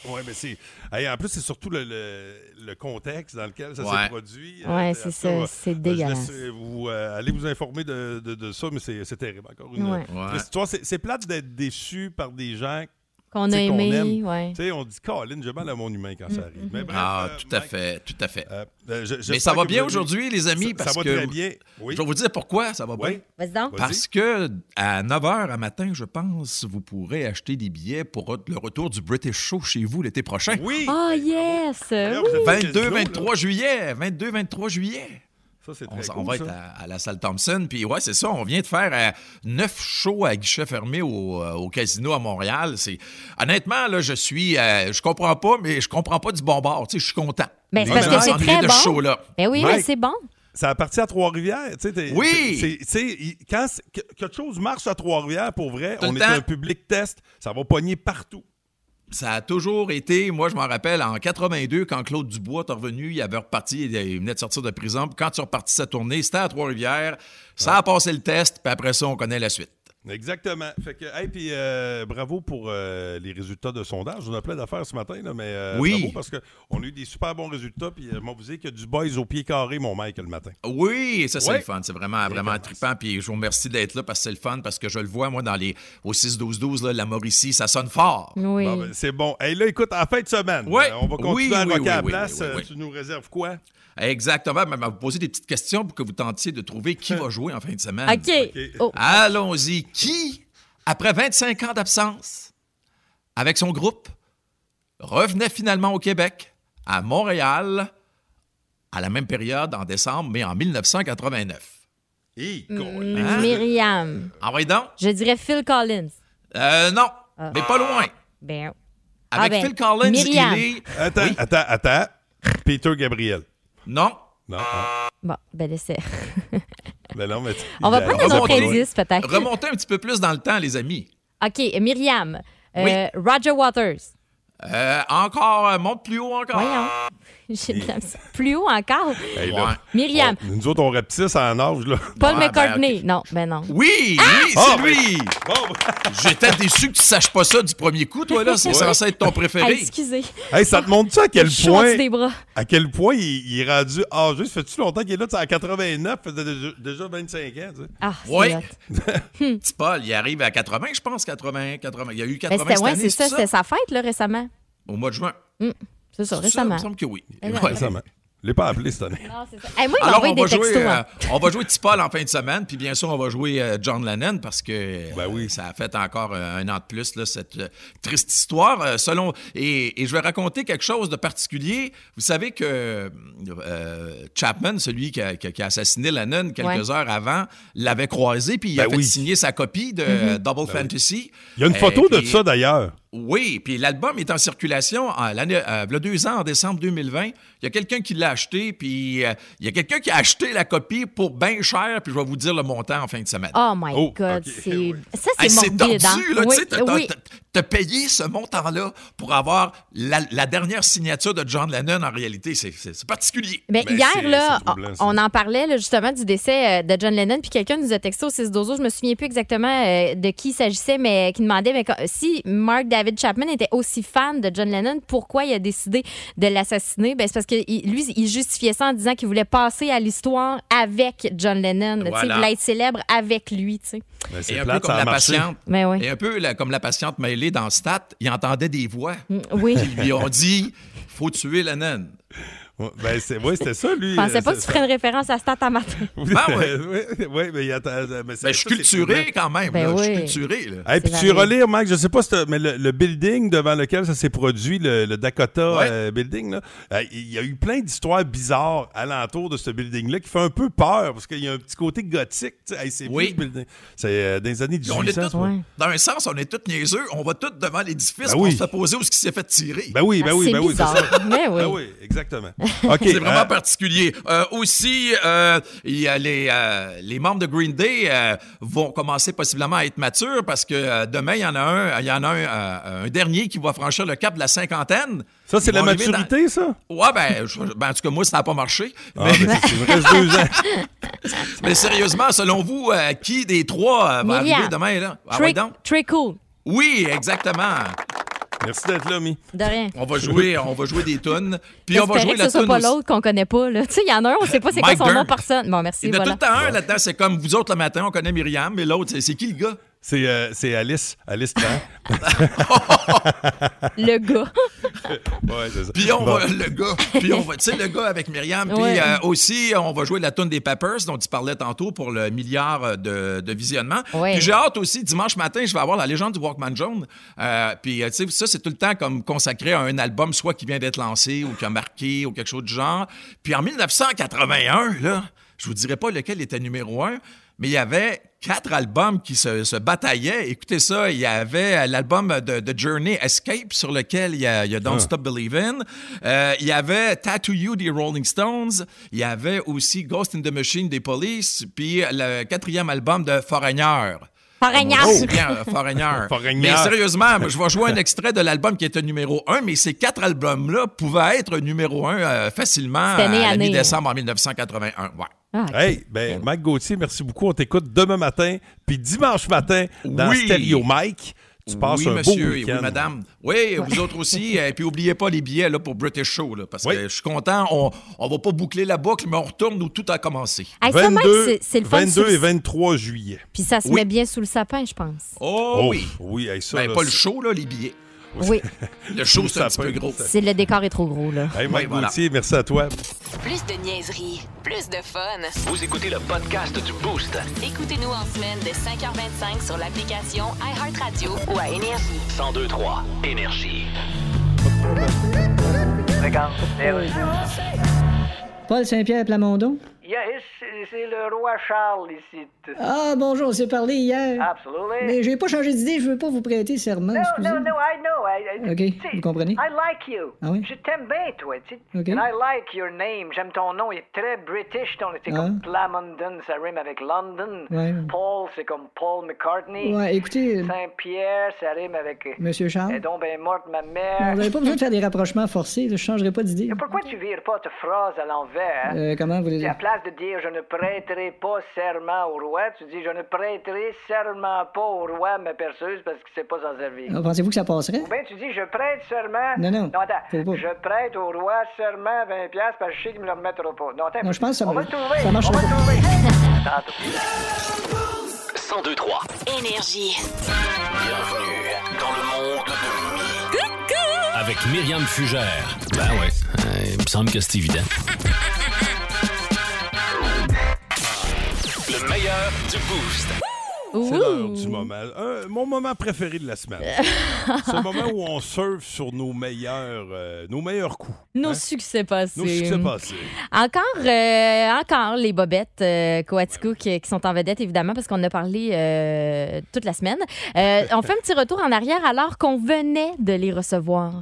Speaker 3: Ouais, mais c'est. hey, en plus, c'est surtout le, le- le contexte dans lequel ça
Speaker 16: Ouais.
Speaker 3: s'est produit.
Speaker 6: Ouais,
Speaker 3: Euh,
Speaker 6: c'est
Speaker 3: en
Speaker 6: ça,
Speaker 3: tout cas,
Speaker 6: c'est
Speaker 3: euh, je
Speaker 6: dégueulasse.
Speaker 3: laisse, euh, vous, euh, allez vous informer de, de- de ça, mais c'est c'est terrible. Encore une
Speaker 6: Ouais.
Speaker 3: une
Speaker 6: Ouais.
Speaker 3: triste histoire. C'est c'est plate d'être déçu par des gens
Speaker 6: Qu'on
Speaker 3: tu sais,
Speaker 6: a aimé,
Speaker 3: aime.
Speaker 6: ouais. Mm,
Speaker 3: Tu sais, on dit, Colin, j'ai mal à mon humain quand ça arrive. Mais bref,
Speaker 16: ah,
Speaker 3: euh,
Speaker 16: tout à fait, tout à fait.
Speaker 3: euh, je-
Speaker 16: Mais
Speaker 3: j'espère
Speaker 16: ça va
Speaker 3: que
Speaker 16: bien
Speaker 3: vous allez-
Speaker 16: aujourd'hui, les amis,
Speaker 3: Ça- ça
Speaker 16: parce
Speaker 3: va
Speaker 16: que
Speaker 3: très bien, oui.
Speaker 16: Je vais vous dire pourquoi ça va bien.
Speaker 6: Vas-y donc.
Speaker 16: Parce que à 9 h à matin, je pense, vous pourrez acheter des billets pour le retour du British Show chez vous l'été prochain.
Speaker 3: Oui.
Speaker 6: Oh, yes!
Speaker 3: vous êtes-
Speaker 16: 22,
Speaker 3: Quel
Speaker 16: 23 juillet. 22, 23 juillet.
Speaker 3: Ça, c'est
Speaker 16: On,
Speaker 3: très
Speaker 16: on
Speaker 3: cool,
Speaker 16: va
Speaker 3: ça.
Speaker 16: être à, à la salle Thompson. Puis ouais, c'est ça. On vient de faire euh, neuf shows à guichet fermé au, euh, au casino à Montréal. C'est honnêtement là, je suis, euh, je comprends pas, mais je comprends pas du bon bord. Tu sais, je suis content.
Speaker 6: Ben, c'est
Speaker 16: Les
Speaker 6: parce
Speaker 16: gens
Speaker 6: que c'est
Speaker 16: s'ennuient
Speaker 6: très
Speaker 16: de
Speaker 6: bon.
Speaker 16: ce show-là.
Speaker 6: Ben oui, mais
Speaker 3: Mike.
Speaker 6: c'est bon.
Speaker 3: Ça appartient à Trois-Rivières. tu sais, t'es-
Speaker 16: Oui.
Speaker 3: c'est- c'est- tu sais, il- quand c'est- que- quelque chose marche à Trois-Rivières, pour vrai,
Speaker 16: Tout
Speaker 3: on
Speaker 16: le
Speaker 3: est
Speaker 16: temps.
Speaker 3: un public test. Ça va pogner partout.
Speaker 16: Ça a toujours été, moi je m'en rappelle, en 82, quand Claude Dubois est revenu, il avait reparti, il- il venait de sortir de prison. Puis quand il est reparti sa tournée, c'était à Trois-Rivières. Ça a passé le test, puis après ça, on connaît la suite.
Speaker 3: Exactement. Fait que, hey, puis euh, bravo pour euh, les résultats de sondage. On a plein d'affaires ce matin, là, mais euh,
Speaker 16: Oui.
Speaker 3: bravo parce qu'on a eu des super bons résultats. Puis, euh, moi, vous dire qu'il y a du boys au pied carré, mon Mike, le matin.
Speaker 16: Oui, ça c'est
Speaker 3: Ouais.
Speaker 16: le fun, c'est vraiment vraiment trippant puis je vous remercie d'être là parce que c'est le fun parce que je le vois moi dans les au 6 12 12 là, la Mauricie, ça sonne fort.
Speaker 6: Oui.
Speaker 3: Bon, ben, c'est bon. Et là, écoute, en fin de semaine,
Speaker 16: Ouais.
Speaker 3: euh, on va continuer
Speaker 16: Oui,
Speaker 3: à
Speaker 16: oui,
Speaker 3: rocker
Speaker 16: oui,
Speaker 3: à la
Speaker 16: oui,
Speaker 3: place.
Speaker 16: oui, oui,
Speaker 3: Euh,
Speaker 16: oui.
Speaker 3: Tu nous réserves quoi?
Speaker 16: Exactement, mais on va vous poser des petites questions pour que vous tentiez de trouver qui va jouer en fin de semaine.
Speaker 6: OK. Oh.
Speaker 16: Allons-y. Qui, après 25 ans d'absence, avec son groupe, revenait finalement au Québec à Montréal à la même période, en décembre, mais en 1989. Hi,
Speaker 6: Mm,
Speaker 16: Ah.
Speaker 3: Ah.
Speaker 6: M- Myriam.
Speaker 16: Envoyez Ah, donc.
Speaker 6: Je dirais Phil Collins.
Speaker 16: Euh, non, mais pas loin.
Speaker 6: Ben.
Speaker 16: Avec
Speaker 6: Ah ben,
Speaker 16: Phil Collins,
Speaker 6: Myriam.
Speaker 16: il est...
Speaker 3: Attends, attends, attends. Peter Gabriel.
Speaker 16: Non.
Speaker 3: Non. hein.
Speaker 6: Bon, ben laissez.
Speaker 3: Ben non, mais tu-
Speaker 6: On va
Speaker 3: Ben,
Speaker 6: prendre un autre indice, peut-être.
Speaker 16: Remontez un petit peu plus dans le temps, les amis.
Speaker 6: OK, Myriam. Euh,
Speaker 16: Oui.
Speaker 6: Roger Waters.
Speaker 16: Euh, encore, euh, monte plus haut encore.
Speaker 6: Voyons. J'ai de la- Plus haut encore.
Speaker 3: Hey, Ben, là,
Speaker 6: Myriam.
Speaker 3: on- nous autres, on reptisse en âge, là.
Speaker 6: Paul McCartney. Non, ben non.
Speaker 16: Oui, oui, c'est
Speaker 3: Ah,
Speaker 16: lui. J'étais déçu que tu saches pas ça du premier coup, toi, là. C'est
Speaker 6: Ouais.
Speaker 16: censé être ton
Speaker 6: Ah,
Speaker 16: préféré.
Speaker 6: excusez.
Speaker 3: Hey, ça te montre-tu à quel
Speaker 6: Je suis en
Speaker 3: point.
Speaker 6: dessous des bras.
Speaker 3: À quel point il, il est rendu âgé? Ça fait-tu longtemps qu'il est là? Tu sais, à 89, ça faisait déjà, déjà 25 ans. tu sais.
Speaker 6: Ah, c'est
Speaker 16: Oui.
Speaker 6: hot.
Speaker 16: Petit Paul, il arrive à 80, je pense, 80, 80. Il y a eu
Speaker 6: Ben,
Speaker 16: 80
Speaker 6: c'était,
Speaker 16: cette
Speaker 6: ouais,
Speaker 16: année,
Speaker 6: c'est ça,
Speaker 16: ça?
Speaker 6: c'était sa fête, là, récemment.
Speaker 16: Au mois de juin.
Speaker 6: Hum, C'est ça,
Speaker 16: C'est
Speaker 6: récemment.
Speaker 16: Ça, il me semble que oui.
Speaker 6: Eh oui.
Speaker 16: Ouais.
Speaker 3: Récemment. Je l'ai pas appelé cette année.
Speaker 6: Non, c'est ça. Eh, moi, il
Speaker 16: Alors,
Speaker 6: m'envoie
Speaker 16: on
Speaker 6: des
Speaker 16: va,
Speaker 6: textos.
Speaker 16: jouer,
Speaker 6: hein.
Speaker 16: euh, on va jouer Petit Paul en fin de semaine, puis bien sûr, on va jouer euh, John Lennon parce que
Speaker 3: Ben
Speaker 16: euh, ça a fait encore euh, un an de plus, là, cette euh, triste histoire. euh, selon, et, et je vais raconter quelque chose de particulier. Vous savez que euh, Chapman, celui qui a, qui a- qui a assassiné Lennon quelques
Speaker 17: Ouais.
Speaker 16: heures avant, l'avait croisé, puis il a
Speaker 3: Ben
Speaker 16: fait
Speaker 3: oui. Mm-hmm. Ben
Speaker 16: signer sa copie de euh, Double Fantasy.
Speaker 3: Il y a une
Speaker 16: Euh,
Speaker 3: photo de
Speaker 16: puis-
Speaker 3: ça, d'ailleurs.
Speaker 16: oui, puis l'album est en circulation en l'année, euh, v'là deux ans, en décembre 2020. Il y a quelqu'un qui l'a acheté, puis euh, il y a quelqu'un qui a acheté la copie pour bien cher, puis je vais vous dire le montant en fin de semaine.
Speaker 6: Oh my God, c'est... Ça, c'est
Speaker 16: Hey, c'est tordu,
Speaker 6: morbide, hein?
Speaker 16: là, tu
Speaker 6: Oui,
Speaker 16: sais, t'as- t'as-
Speaker 6: oui.
Speaker 16: t'as- t'as payé ce montant-là pour avoir la, la dernière signature de John Lennon, en réalité, c'est- c'est c'est particulier.
Speaker 6: Ben, hier, là, on en parlait là, justement du décès euh, de John Lennon, puis quelqu'un nous a texté au 6 dozo. Je me souviens plus exactement euh, de qui il s'agissait, mais qui demandait mais, quand- si Mark David Chapman était aussi fan de John Lennon, pourquoi il a décidé de l'assassiner? Ben, c'est parce que il- lui, il justifiait ça en disant qu'il voulait passer à l'histoire avec John Lennon. tu sais,
Speaker 16: Voilà.
Speaker 6: Il voulait être célèbre avec lui. tu sais.
Speaker 16: Et
Speaker 3: Ben, c'est
Speaker 16: un peu
Speaker 3: plate, ça
Speaker 16: comme
Speaker 3: a
Speaker 16: la
Speaker 3: marché.
Speaker 16: patiente.
Speaker 6: Ben oui.
Speaker 16: Et un peu la- comme la patiente mêlée dans Stat, il entendait des voix.
Speaker 6: Mm, Oui.
Speaker 16: Ils lui ont dit faut tuer Lennon.
Speaker 3: Ben, c'est, oui, c'était ça, lui.
Speaker 6: Je pensais
Speaker 3: euh,
Speaker 6: pas que
Speaker 3: c'est-
Speaker 6: tu ferais une référence à Stat à matin.
Speaker 3: Ben, ouais. oui, oui, mais il y a ta- mais c'est-
Speaker 16: Ah, Ben, je suis
Speaker 3: ça, c'est
Speaker 16: culturé
Speaker 3: cool.
Speaker 16: quand même.
Speaker 6: Ben
Speaker 16: là, Je suis
Speaker 6: oui.
Speaker 16: culturé. là.
Speaker 3: Hey, puis
Speaker 6: C'est
Speaker 3: tu
Speaker 6: varié.
Speaker 3: relires, Mac, je sais pas si t'as- mais le, le building devant lequel ça s'est produit, le, le Dakota
Speaker 16: Ouais.
Speaker 3: euh, building, là, euh, il y a eu plein d'histoires bizarres alentour de ce building-là qui fait un peu peur parce qu'il y a un petit côté gothique. tu sais. Hey, c'est
Speaker 16: Oui.
Speaker 3: vieux, ce building. C'est euh, dans les années
Speaker 16: On est
Speaker 3: 1800.
Speaker 16: tous- Dans un sens, on est tous niaiseux. On va tous devant l'édifice
Speaker 3: Ben
Speaker 16: pour
Speaker 3: oui.
Speaker 16: se poser où ce qui s'est fait tirer.
Speaker 3: Ben oui, ben oui, ben oui, c'est ça.
Speaker 6: Mais Ah, oui.
Speaker 3: Ben oui, exactement. OK.
Speaker 16: C'est vraiment
Speaker 3: euh,
Speaker 16: particulier. Euh, aussi, euh, il y a les, euh, les membres de Green Day euh, vont commencer possiblement à être matures parce que euh, demain, il y en a un, il y en a un, euh, un dernier qui va franchir le cap de la cinquantaine.
Speaker 3: ça, c'est
Speaker 16: Ils
Speaker 3: la
Speaker 16: vont arriver dans-
Speaker 3: maturité, ça?
Speaker 16: Ouais, ben, je- ben, en tout cas, moi, ça n'a pas marché.
Speaker 3: Ah, ben, c'est- il me reste deux ans.
Speaker 16: Mais sérieusement, selon vous, euh, qui des trois euh, va
Speaker 6: Myriam.
Speaker 16: arriver demain? Là? Ah, ouais,
Speaker 6: Très,
Speaker 16: donc?
Speaker 6: très cool.
Speaker 16: Oui, exactement.
Speaker 3: Merci d'être là, Mi.
Speaker 6: De rien.
Speaker 16: On va jouer, on va jouer des tunes. Puis on va
Speaker 6: Espérer
Speaker 16: jouer
Speaker 6: que
Speaker 16: la
Speaker 6: ce soit
Speaker 16: tune
Speaker 6: pas
Speaker 16: aussi.
Speaker 6: l'autre qu'on connaît pas. là. Tu sais, il y en a un, on sait pas c'est quoi
Speaker 16: Mike
Speaker 6: son nom
Speaker 16: Dirk.
Speaker 6: personne. Bon, merci.
Speaker 16: Il y en a
Speaker 6: voilà.
Speaker 16: tout le temps un là-dedans. C'est comme vous autres le matin, on connaît Myriam, mais l'autre, c'est- c'est qui le gars?
Speaker 3: C'est, euh, c'est Alice, Alice Tran.
Speaker 6: Le gars.
Speaker 3: ouais, c'est ça.
Speaker 16: Puis on
Speaker 3: Bon.
Speaker 16: va, le gars, puis on va, tu sais, le gars avec Myriam. Puis
Speaker 6: Ouais.
Speaker 16: euh, aussi, on va jouer la tune des Peppers dont tu parlais tantôt pour le milliard euh, de, de visionnements.
Speaker 6: Ouais.
Speaker 16: Puis j'ai hâte aussi, dimanche matin, je vais avoir la légende du Walkman Jaune. Euh, puis, euh, tu sais, ça, c'est tout le temps comme consacré à un album, soit qui vient d'être lancé ou qui a marqué ou quelque chose du genre. Puis en 1981, là, je vous dirais pas lequel était numéro un, mais il y avait quatre albums qui se, se bataillaient. Écoutez ça, il y avait l'album de, de Journey, Escape, sur lequel il y a, il y a Don't
Speaker 3: Ah.
Speaker 16: Stop Believin'. Euh, il y avait Tattoo You des Rolling Stones. Il y avait aussi Ghost in the Machine des Police. Puis le quatrième album de Foreigner.
Speaker 6: Foreigner.
Speaker 16: Oh, c'est bien, euh, Foreigner.
Speaker 3: Foreigner.
Speaker 16: Mais sérieusement, moi, je vais jouer un extrait de l'album qui était numéro un, mais ces quatre albums-là pouvaient être numéro un euh, facilement
Speaker 6: C'était année
Speaker 16: à
Speaker 6: à
Speaker 16: la
Speaker 6: année.
Speaker 16: mi-décembre en 1981. Ouais.
Speaker 6: Ah,
Speaker 3: Hey, ben, Mike Gauthier, merci beaucoup. On t'écoute demain matin, puis dimanche matin dans
Speaker 16: Oui.
Speaker 3: Stereo Mike. Tu passes
Speaker 16: oui,
Speaker 3: un
Speaker 16: monsieur,
Speaker 3: beau
Speaker 16: et
Speaker 3: week-end.
Speaker 16: oui, madame. Oui, vous autres aussi. Et puis, oubliez pas les billets là, pour British Show, là, parce que je suis content. On, on va pas boucler la boucle, mais on retourne où tout a commencé.
Speaker 6: Hey, ça, Mike, c'est- c'est le fun
Speaker 3: 22
Speaker 6: sur-
Speaker 3: et 23 juillet.
Speaker 6: Puis ça se
Speaker 3: Oui.
Speaker 6: met bien sous le sapin, je pense.
Speaker 16: Oh,
Speaker 3: Oh,
Speaker 16: oui.
Speaker 3: Oui, hey, ça,
Speaker 16: Ben,
Speaker 3: là,
Speaker 16: pas le
Speaker 3: c'est-
Speaker 16: show, là, les billets.
Speaker 6: Oui.
Speaker 16: Le show,
Speaker 3: Le
Speaker 16: c'est un petit
Speaker 3: sapin,
Speaker 16: peu gros.
Speaker 6: C'est le décor est trop gros, là.
Speaker 3: Hey, Mike
Speaker 16: Oui, voilà.
Speaker 3: Gauthier, merci à toi.
Speaker 1: Plus de niaiserie, plus de fun.
Speaker 2: Vous écoutez le podcast du Boost.
Speaker 1: Écoutez-nous en semaine de 5h25 sur l'application iHeartRadio ou à Énergie.
Speaker 2: 1023 Énergie.
Speaker 4: Regarde.
Speaker 5: Paul Saint-Pierre Plamondon?
Speaker 4: Yes, c'est le roi Charles ici.
Speaker 5: Ah, bonjour, on s'est parlé hier.
Speaker 4: Ah. Absolutely.
Speaker 5: Mais j'ai pas changé d'idée, je veux pas vous prêter serment,
Speaker 4: No,
Speaker 5: excusez.
Speaker 4: no, no, I know. I, I-
Speaker 5: OK,
Speaker 4: tu sais,
Speaker 5: vous comprenez?
Speaker 4: I like you.
Speaker 5: Ah oui?
Speaker 4: Je t'aime bien, toi, tu sais.
Speaker 5: OK.
Speaker 4: And I like your name. J'aime ton nom, il est très british. Ton, c'est
Speaker 5: Ah.
Speaker 4: comme Plamondon, ça rime avec London.
Speaker 5: Ouais.
Speaker 4: Paul, c'est comme Paul McCartney.
Speaker 5: Ouais, Ah. écoutez, euh,
Speaker 4: Saint-Pierre, ça rime avec... euh,
Speaker 5: Monsieur Charles?
Speaker 4: Et donc, ben, morte ma
Speaker 5: Non,
Speaker 4: mère.
Speaker 5: Vous n'avez pas besoin de faire des rapprochements forcés, là, je changerai pas d'idée.
Speaker 4: Pourquoi tu vires pas ta phrase à l'envers? hein?
Speaker 5: Euh, comment vous voulez
Speaker 4: Et
Speaker 5: dire?
Speaker 4: à place de dire je ne prêterai pas serment au roi, tu dis je ne prêterai serment pas au roi ma perceuse parce qu'il ne sait pas s'en servir.
Speaker 5: Ah, pensez-vous que ça passerait?
Speaker 4: Ou bien Ben, tu dis je prête serment.
Speaker 5: Non, non,
Speaker 4: attends.
Speaker 5: faut pas.
Speaker 4: Je prête au roi serment 20$ piastres parce que je sais qu'il ne me le remettra pas. Non, attends.
Speaker 5: Non, je pense que ça
Speaker 4: On va
Speaker 5: me-
Speaker 4: le trouver.
Speaker 5: ça marchera
Speaker 4: On va le
Speaker 5: pas.
Speaker 4: trouver.
Speaker 2: 1023.
Speaker 1: Énergie.
Speaker 2: Bienvenue dans le monde de Avec Myriam Fugère. Ben ouais, euh, il me semble que c'est évident. Le meilleur du boost.
Speaker 3: C'est l'heure du moment. Un- mon moment préféré de la semaine. C'est le moment où on surfe sur nos meilleurs, euh, nos meilleurs coups.
Speaker 6: Nos succès passés.
Speaker 3: Nos succès passés.
Speaker 6: Encore, euh, encore les bobettes euh, Coaticook, qui, qui sont en vedette, évidemment, parce qu'on en a parlé euh, toute la semaine. Euh, on fait un petit retour en arrière alors qu'on venait de les recevoir.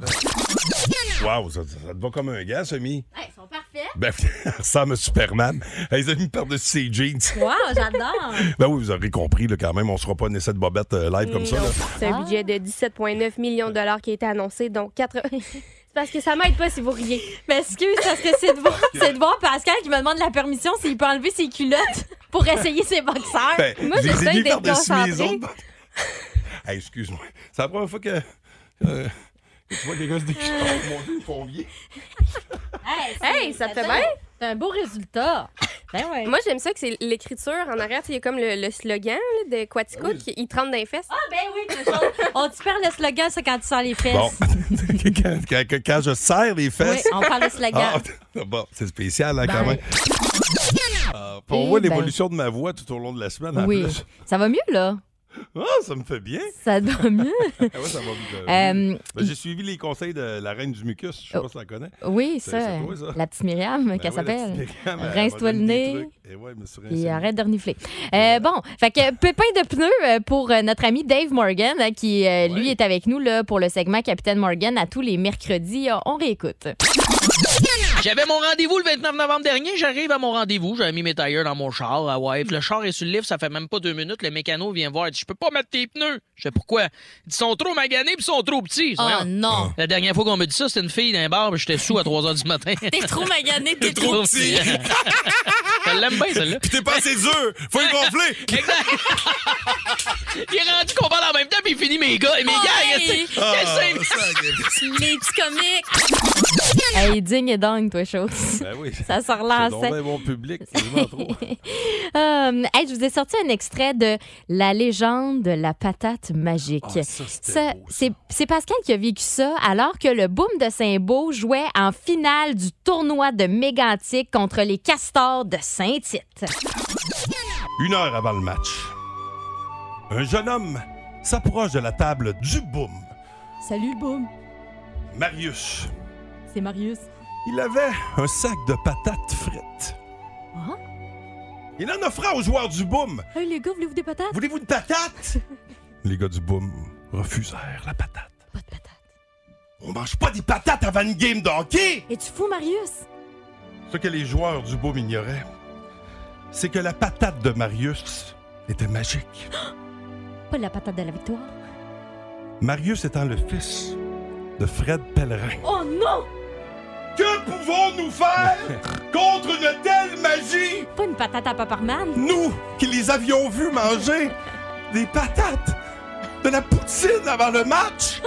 Speaker 3: Wow, ça, ça te va comme un gars, Semi.
Speaker 6: ils sont parfaits.
Speaker 3: Ben, ça ressemble à Superman. Ils ont mis par-dessus ses jeans.
Speaker 6: Wow, j'adore!
Speaker 3: Ben oui, vous aurez compris, là, quand même, on ne sera pas une essai de bobette euh, live comme ça. là.
Speaker 17: C'est
Speaker 6: Ah.
Speaker 17: un budget de 17,9 millions de dollars qui a été annoncé, donc 4... C'est parce que ça m'aide pas si vous riez.
Speaker 6: Mais excuse, parce que c'est de, voir, c'est de voir Pascal qui me demande la permission s'il peut enlever ses culottes pour essayer ses boxeurs.
Speaker 3: Ben, je les ai mis
Speaker 6: d'être
Speaker 3: par-dessus les
Speaker 6: concentrée.
Speaker 3: autres. Hey, excuse-moi. C'est la première fois que, euh, que tu vois quelqu'un
Speaker 6: Euh.
Speaker 3: se déguster. Oh, mon Dieu, ils font bien.
Speaker 6: Hey,
Speaker 17: Hey, ça te fait bien?
Speaker 6: C'est un beau résultat. Ben ouais.
Speaker 17: Moi, j'aime ça que c'est l'écriture en arrière. tu sais, Il y a comme le, le slogan là, de Quatico qui il trempe dans les fesses. Ah,
Speaker 6: ben oui, On te perd le slogan, c'est quand tu sens les fesses.
Speaker 3: Bon, quand, quand- quand- quand je serre les fesses.
Speaker 6: Oui, on parle de slogan.
Speaker 3: Ah, bon, c'est spécial, hein, quand
Speaker 6: Ben.
Speaker 3: même. Euh, pour
Speaker 6: Eh
Speaker 3: moi,
Speaker 6: ben.
Speaker 3: l'évolution de ma voix tout au long de la semaine, en
Speaker 6: Oui.
Speaker 3: plus.
Speaker 6: Ça va mieux, là?
Speaker 3: Ah, ça me fait bien.
Speaker 6: Ça va mieux?
Speaker 3: Ah ouais, ça va me-
Speaker 6: Euh,
Speaker 3: Ben, J'ai suivi les conseils de la reine du mucus.
Speaker 6: Oh.
Speaker 3: Je sais pas si tu la connais.
Speaker 6: Oui,
Speaker 3: C'est-
Speaker 6: ça,
Speaker 3: c'est toi, ça.
Speaker 6: la petite Myriam,
Speaker 3: Ben
Speaker 6: qu'elle
Speaker 3: oui, la petite
Speaker 6: s'appelle.
Speaker 3: Myriam, elle
Speaker 6: Rince-toi
Speaker 3: m'a
Speaker 6: le
Speaker 3: donné
Speaker 6: nez.
Speaker 3: des trucs. Eh ouais, je me suis rincé
Speaker 6: Et
Speaker 3: le
Speaker 6: arrête de renifler. Euh, Bon, fait que pépin de pneus euh, pour euh, notre ami Dave Morgan, hein, qui euh, lui est avec nous là, pour le segment Capitaine Morgan à tous les mercredis. Euh, On réécoute.
Speaker 18: J'avais mon rendez-vous le 29 novembre dernier. J'arrive à mon rendez-vous. J'avais mis mes tailleurs dans mon char. Ah ouais. Puis Le char est sur le lift. Ça fait même pas deux minutes. Le mécano vient voir. Il dit Je peux pas mettre tes pneus. Je sais pourquoi. Il dit, Ils sont trop maganés puis ils sont trop petits.
Speaker 6: Oh
Speaker 18: Voyons.
Speaker 6: non.
Speaker 18: La dernière fois qu'on me dit ça, c'était une fille d'un bar. puis J'étais sous à 3 h du matin.
Speaker 6: T'es trop magané, t'es trop petit.
Speaker 18: Je l'aime bien, celle-là. Puis
Speaker 3: t'es pas assez dur. Faut le gonfler.
Speaker 18: exact. il est rendu qu'on parle en même temps puis il finit mes gars. Mes
Speaker 6: Ouais.
Speaker 18: gars, qu'est-ce que-
Speaker 3: Ah,
Speaker 18: qu'est-ce que c'est?
Speaker 6: Les petits comiques. Hey, digne et dingue, toi, chose.
Speaker 3: Ben oui.
Speaker 6: Ça se
Speaker 3: C'est
Speaker 6: relance.
Speaker 3: donc bien bon public. c'est vraiment trop. Ah,
Speaker 6: Euh, hey, je vous ai sorti un extrait de La légende de la patate magique. Ça, c'est c'est Pascal qui a vécu ça alors que le Boom de Saint-Beau jouait en finale du tournoi de mégantic contre les Castors de Saint-Tite.
Speaker 3: Une heure avant le match, un jeune homme s'approche de la table du boom.
Speaker 6: Salut, Boom.
Speaker 3: Marius.
Speaker 6: C'est Marius.
Speaker 3: Il avait un sac de patates frites.
Speaker 6: Ah?
Speaker 3: Il en offra aux joueurs du boom.
Speaker 6: Hey, les gars, voulez-vous des patates?
Speaker 3: Voulez-vous une patate? Les gars du boom refusèrent la patate. Pas de patate. On mange pas des patates avant une game de hockey!
Speaker 6: Es-tu fou, Marius?
Speaker 3: Ce que les joueurs du boom ignoraient, c'est que la patate de Marius était magique.
Speaker 6: Pas la patate de la victoire.
Speaker 3: Marius étant le fils de Fred Pellerin.
Speaker 6: Oh non!
Speaker 3: Que pouvons-nous faire contre une telle magie?
Speaker 6: Pas une patate à Paparman.
Speaker 3: Nous, qui les avions vus manger des patates, de la poutine avant le match,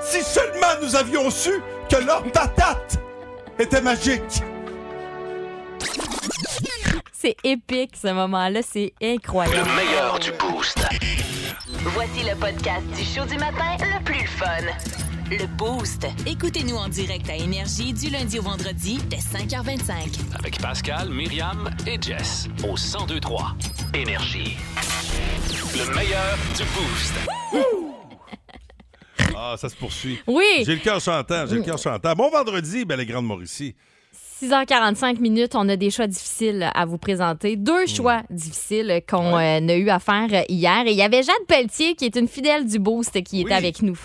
Speaker 3: si seulement nous avions su que leur patate était magique.
Speaker 6: C'est épique, ce moment-là. C'est incroyable.
Speaker 2: Le meilleur du boost.
Speaker 1: Voici le podcast du show du matin le plus fun. Le Boost. Écoutez-nous en direct à Énergie du lundi au vendredi dès 5h25.
Speaker 2: Avec Pascal, Myriam et Jess. Au 1023 Énergie. Le meilleur du boost.
Speaker 3: Ah, ça se poursuit.
Speaker 6: Oui.
Speaker 3: J'ai le cœur chantant, j'ai le cœur chantant. Bon vendredi, belle et grande Mauricie.
Speaker 6: 6h45 minutes, on a des choix difficiles à vous présenter. Deux choix difficiles qu'on euh, a eu à faire hier. Et il y avait Jade Pelletier, qui est une fidèle du Boost, qui était avec nous.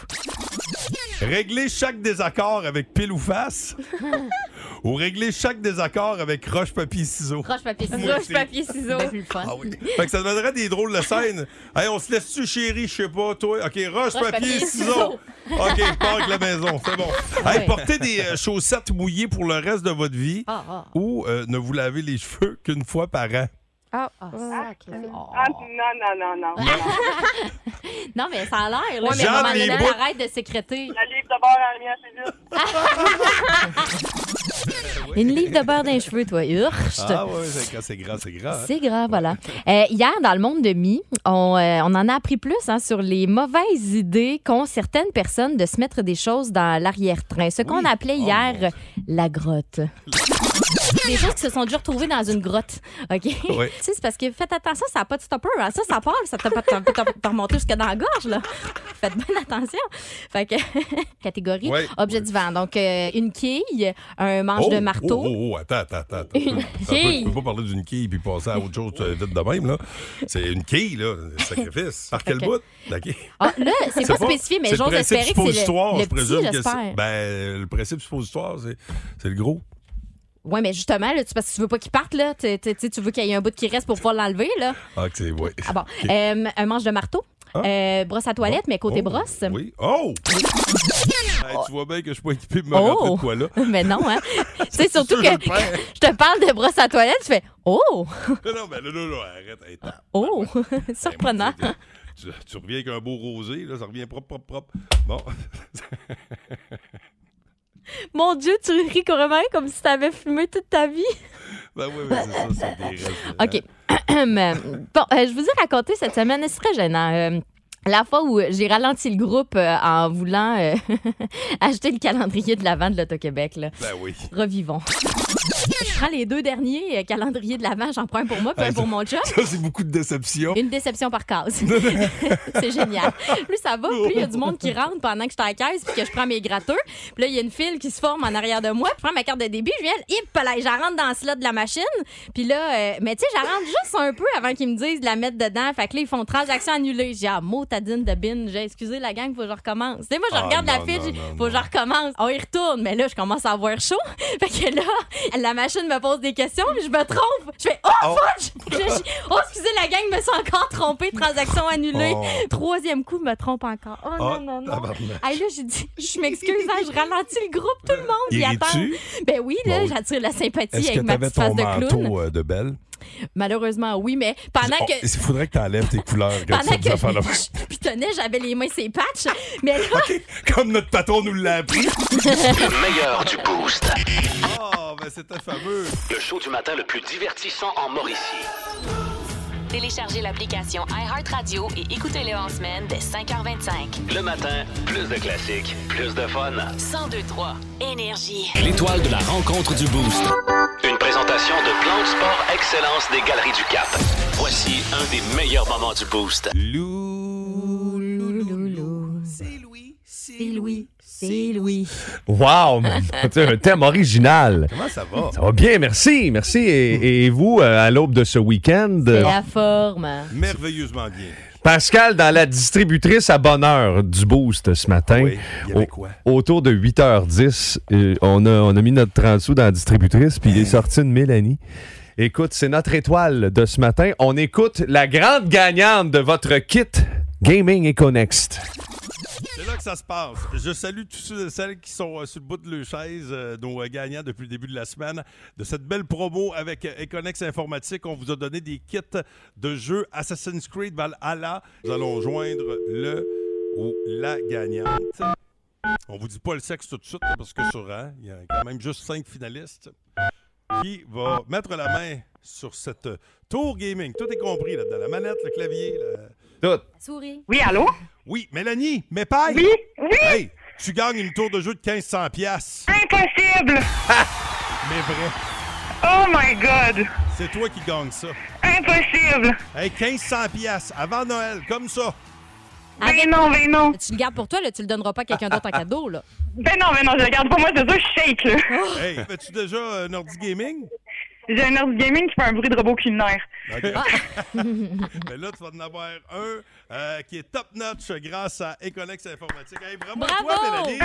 Speaker 3: Régler chaque désaccord avec pile ou face ou régler chaque désaccord avec roche-papier-ciseaux.
Speaker 6: Roche, papier, ciseaux.
Speaker 3: Moi, c'est-
Speaker 6: Ah oui.
Speaker 3: Fait que ça donnerait des drôles de scènes. Hey, on se laisse-tu, chérie? Je sais pas, toi. OK, roche, papier,
Speaker 8: papier,
Speaker 3: ciseaux. OK, je pars avec la maison. C'est bon. Hey, portez des euh, chaussettes mouillées pour le reste de votre vie
Speaker 8: Ah, ah.
Speaker 3: ou euh, ne vous lavez les cheveux qu'une fois par an.
Speaker 6: Ah,
Speaker 15: Ah, non, non, non, non.
Speaker 6: Non, mais ça a l'air, là.
Speaker 15: Ouais, mais
Speaker 6: mais à un moment
Speaker 15: Jade, les
Speaker 6: donné,
Speaker 15: bouts-
Speaker 6: arrête de sécréter.
Speaker 15: La livre de bord en lien, c'est juste.
Speaker 6: Une livre de beurre dans les cheveux, toi. Urcht.
Speaker 3: Ah ouais, c'est quand c'est gras, c'est gras. hein.
Speaker 6: C'est grave, voilà. Euh, hier, dans le monde de mi, on, euh, on en a appris plus hein, sur les mauvaises idées qu'ont certaines personnes de se mettre des choses dans l'arrière-train. Ce qu'on appelait
Speaker 3: Oh,
Speaker 6: hier euh, la grotte. Des choses qui se sont déjà retrouvées dans une grotte, OK?
Speaker 8: Ouais.
Speaker 6: Tu sais, c'est parce que faites attention, ça n'a pas de stopper. hein. Ça, ça parle, ça peut te- peut te te remonter jusque dans la gorge, là. Faites bien attention. Fait que, catégorie,
Speaker 3: Ouais.
Speaker 6: objet d'hiver. Donc, euh, une quille, un manche
Speaker 3: Oh,
Speaker 6: de marteau.
Speaker 3: Oh, oh, oh, attends, attends, attends. attends. Attends
Speaker 6: Une
Speaker 3: un peu,
Speaker 6: quille.
Speaker 3: Tu peux pas parler d'une quille puis passer à autre chose euh, vite de même, là. C'est une quille, là. le Sacrifice. Par quel
Speaker 6: Ok.
Speaker 3: bout? La quille.
Speaker 6: Ah, là, c'est pas spécifié, mais
Speaker 3: c'est le
Speaker 6: j'ose
Speaker 3: principe
Speaker 6: espérer que c'est le-
Speaker 3: suppositoire,
Speaker 6: le
Speaker 3: je présume
Speaker 6: petit,
Speaker 3: que
Speaker 6: j'espère.
Speaker 3: c'est. Ben, le principe suppositoire, c'est c'est le gros.
Speaker 6: Oui, mais justement, là, tu- parce que tu veux pas qu'il parte, là. Tu, tu- tu- tu veux qu'il y ait un bout qui reste pour pouvoir l'enlever, là.
Speaker 3: Ah, que c'est. Ouais.
Speaker 6: Ah bon.
Speaker 3: Ok.
Speaker 6: Euh, un manche de marteau.
Speaker 3: Ah.
Speaker 6: Euh, brosse à toilette, mais côté brosse.
Speaker 3: Oh, Oui. Oh! Hey, tu vois bien que je suis pas équipé de me rentrer de quoi, là.
Speaker 6: Mais non, hein. tu sais, Oh. surtout
Speaker 3: sûr,
Speaker 6: que
Speaker 3: je le perds.
Speaker 6: que je te parle de brosse à toilette, tu fais Oh!
Speaker 3: Non, non, mais là, là, là, arrête. Hey, attends. ben,
Speaker 6: Oh!
Speaker 3: Ah,
Speaker 6: Surprenant.
Speaker 3: tu, tu reviens avec un beau rosé, là, ça revient propre, propre, propre. Bon.
Speaker 6: Mon Dieu, tu ris carrément comme si t'avais fumé toute ta vie.
Speaker 3: ben oui, mais c'est ça, c'est des restes. euh,
Speaker 6: OK. bon, euh, je vous ai raconté cette semaine, c'est très gênant. euh, la fois où j'ai ralenti le groupe euh, en voulant euh, acheter le calendrier de l'Avent de l'Auto-Québec. là.
Speaker 3: Ben oui.
Speaker 6: Revivons. Je prends les deux derniers euh, calendriers de l'Avent, j'en prends un pour moi puis un
Speaker 3: Hey,
Speaker 6: pour
Speaker 3: ça-
Speaker 6: mon chum.
Speaker 3: Ça, c'est beaucoup de déception.
Speaker 6: Une déception par case. c'est génial. Plus ça va, plus il y a du monde qui rentre pendant que je suis à la caisse puis que je prends mes gratteux. Puis là, il y a une file qui se forme en arrière de moi. Je prends ma carte de débit, je viens, hip, là, je rentre dans le slot de la machine. Puis là, euh, mais tu sais, je rentre juste un peu avant qu'ils me disent de la mettre dedans. Fait que là, ils font transaction annulée. J'ai ah, motadine de bin. J'ai excusé la gang, faut que je recommence. Tu sais, moi, je
Speaker 8: Ah,
Speaker 6: regarde
Speaker 8: non,
Speaker 6: la file,
Speaker 8: non,
Speaker 6: j'ai-
Speaker 8: non,
Speaker 6: faut que je recommence. On y retourne. Mais là, je commence à avoir chaud. Fait que là, la machine me pose des questions, puis je me trompe. Je fais Oh,
Speaker 8: Oh.
Speaker 6: fudge! Je- je- oh, excusez, la gang me suis encore trompée. Transaction annulée.
Speaker 8: Oh.
Speaker 6: Troisième coup, je me trompe encore. Oh,
Speaker 8: Oh,
Speaker 6: non, non, non.
Speaker 8: tabarnak.
Speaker 6: Hey, là, j'ai dit, je m'excuse, hein, je ralentis le groupe, tout le monde.
Speaker 3: Il
Speaker 6: Ils
Speaker 3: rit-tu?
Speaker 6: attendent. Ben oui, là,
Speaker 3: Euh, Bon.
Speaker 6: j'attire la sympathie
Speaker 3: Est-ce que
Speaker 6: avec ma
Speaker 3: t'avais
Speaker 6: petite
Speaker 3: ton
Speaker 6: face de clown.
Speaker 3: manteau euh, de belle?
Speaker 6: Malheureusement, oui, mais pendant
Speaker 3: Oh,
Speaker 6: que.
Speaker 3: Il faudrait que t'enlèves tes couleurs. regarde
Speaker 6: Pendant
Speaker 3: ça,
Speaker 6: que
Speaker 3: des affaires-là.
Speaker 6: je pitonnais, j'avais les mains ces patchs. Mais là,
Speaker 3: Comme notre patron nous l'a appris.
Speaker 2: Le meilleur du boost.
Speaker 3: Oh, ben c'était fameux.
Speaker 2: Le show du matin le plus divertissant en Mauricie.
Speaker 1: Téléchargez l'application iHeartRadio et écoutez-le en semaine dès 5h25.
Speaker 2: Le matin, plus de classiques, plus de fun.
Speaker 1: 1023 Énergie.
Speaker 2: L'étoile de la rencontre du Boost. Une présentation de Plan de Sport Excellence des Galeries du Cap. Voici un des meilleurs moments du Boost.
Speaker 6: C'est Louis, c'est Louis.
Speaker 19: Wow! C'est un thème original.
Speaker 3: Comment ça va?
Speaker 19: Ça va bien, merci. Merci. Et, et vous, euh, à l'aube de ce week-end?
Speaker 6: C'est la forme.
Speaker 3: Merveilleusement bien.
Speaker 19: Pascal, dans la distributrice à bonheur du Boost ce matin,
Speaker 3: Oh.
Speaker 19: au- autour de 8h10, euh, on, a, on a mis notre 30 sous dans la distributrice, puis il est sorti une Mélanie. Écoute, c'est notre étoile de ce matin. On écoute la grande gagnante de votre kit Gaming et Connect.
Speaker 3: C'est là que ça se passe. Je salue tous ceux et celles qui sont euh, sur le bout de leur chaise, euh, nos euh, gagnants depuis le début de la semaine, de cette belle promo avec euh, Econex Informatique. On vous a donné des kits de jeux Assassin's Creed Valhalla. Nous allons joindre le ou la gagnante. On vous dit pas le sexe tout de suite, là, parce que sur un, il y a quand même juste cinq finalistes qui va mettre la main sur cette euh, tour gaming. Tout est compris là-dedans. La manette, le clavier,
Speaker 19: Tout.
Speaker 6: Souris.
Speaker 15: Oui, allô?
Speaker 3: Oui, Mélanie, mais paille.
Speaker 15: Oui, oui.
Speaker 3: Hey, tu gagnes une tour de jeu de 1500 pièces.
Speaker 15: Impossible!
Speaker 3: Mais vrai.
Speaker 15: Oh my God!
Speaker 3: C'est toi qui gagnes ça.
Speaker 15: Impossible!
Speaker 3: Hey, 1500 pièces avant Noël, comme ça.
Speaker 15: Ben non, ben non.
Speaker 6: Tu le gardes pour toi, là, tu le donneras pas à quelqu'un d'autre en cadeau. Là.
Speaker 15: Ben non, ben non, je le garde pas. Moi, c'est sûr, je shake, là.
Speaker 6: Oh.
Speaker 3: Hey, fais-tu déjà euh, un ordi gaming?
Speaker 15: J'ai un ordi gaming qui fait un bruit de robot culinaire.
Speaker 3: OK.
Speaker 15: Ah.
Speaker 3: Mais là, tu vas en avoir un euh, qui est top-notch grâce à Ecolex Informatique. Hey, bravo, à toi, Mélanie!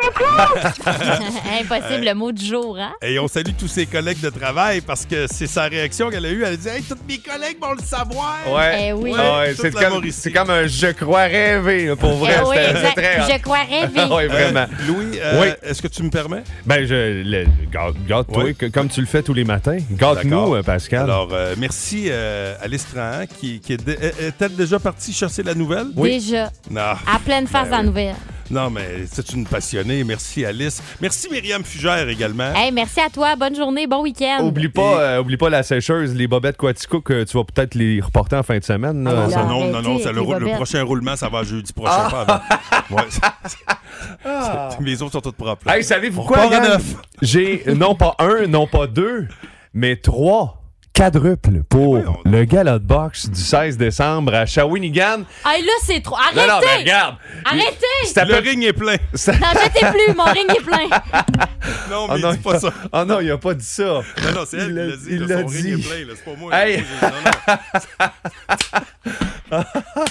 Speaker 15: Impossible! Merci beaucoup!
Speaker 6: Impossible, le mot du jour, hein?
Speaker 3: Et on salue tous ses collègues de travail parce que c'est sa réaction qu'elle a eue. Elle a dit Hey, toutes mes collègues vont le savoir.
Speaker 6: Eh
Speaker 19: Ouais. Ouais, c'est, comme, c'est comme un je crois rêver, là, pour vrai.
Speaker 6: Eh oui,
Speaker 19: c'était-
Speaker 6: exact.
Speaker 19: c'était très hot.
Speaker 6: Je crois rêver.
Speaker 19: Ouais, vraiment.
Speaker 3: Euh, Louis, euh,
Speaker 19: Oui.
Speaker 3: est-ce que tu me permets?
Speaker 19: Ben, je, le- garde- garde-toi,
Speaker 3: Ouais.
Speaker 19: que- comme tu le fais tous les matins. Garde-nous,
Speaker 3: D'accord.
Speaker 19: euh, Pascal.
Speaker 3: Alors, euh, merci euh, à l'Estran qui, qui est dé- euh, est-elle déjà partie chasser la nouvelle?
Speaker 6: Déjà.
Speaker 3: Non.
Speaker 6: À pleine face
Speaker 3: Ben
Speaker 6: dans la
Speaker 3: oui.
Speaker 6: nouvelle.
Speaker 3: Non, mais c'est une passionnée. Merci Alice. Merci Myriam Fugère également.
Speaker 6: Hey, merci à toi. Bonne journée. Bon week-end.
Speaker 19: Oublie pas, euh, oublie pas la sécheuse, les bobettes Quatico que tu vas peut-être les reporter en fin de semaine. là.
Speaker 3: non, ça, Euh, non, non, non,
Speaker 6: arrêtez
Speaker 3: ça, le,
Speaker 6: avec les
Speaker 3: rou- le
Speaker 6: bobettes.
Speaker 3: prochain roulement, ça va jeudi prochain.
Speaker 19: Ah.
Speaker 3: Pas avant. Ouais, ça-
Speaker 19: Ah.
Speaker 3: Mes autres sont toutes propres. là.
Speaker 19: Hey, savez-vous
Speaker 3: On
Speaker 19: quoi,
Speaker 3: repart à
Speaker 19: gang?
Speaker 3: neuf.
Speaker 19: J'ai non pas un, non pas deux, mais trois quadruples pour le gala de boxe du 16 décembre à Shawinigan.
Speaker 6: Hey, là, c'est trop. Arrêtez!
Speaker 19: Non, non, mais regarde.
Speaker 6: Arrêtez!
Speaker 19: ring
Speaker 3: est plein.
Speaker 6: N'en jetez plus, mon ring est plein.
Speaker 3: Non,
Speaker 19: mais
Speaker 3: il dit pas ça.
Speaker 19: Ah non, il a pas dit ça.
Speaker 3: Non, non, c'est elle qui
Speaker 19: Il
Speaker 3: l'a
Speaker 19: l'a-
Speaker 3: dit.
Speaker 19: il
Speaker 3: là,
Speaker 19: l'a
Speaker 3: son
Speaker 19: dit.
Speaker 3: ring est plein, là, c'est pas moi.
Speaker 19: Hey.
Speaker 3: là, moi,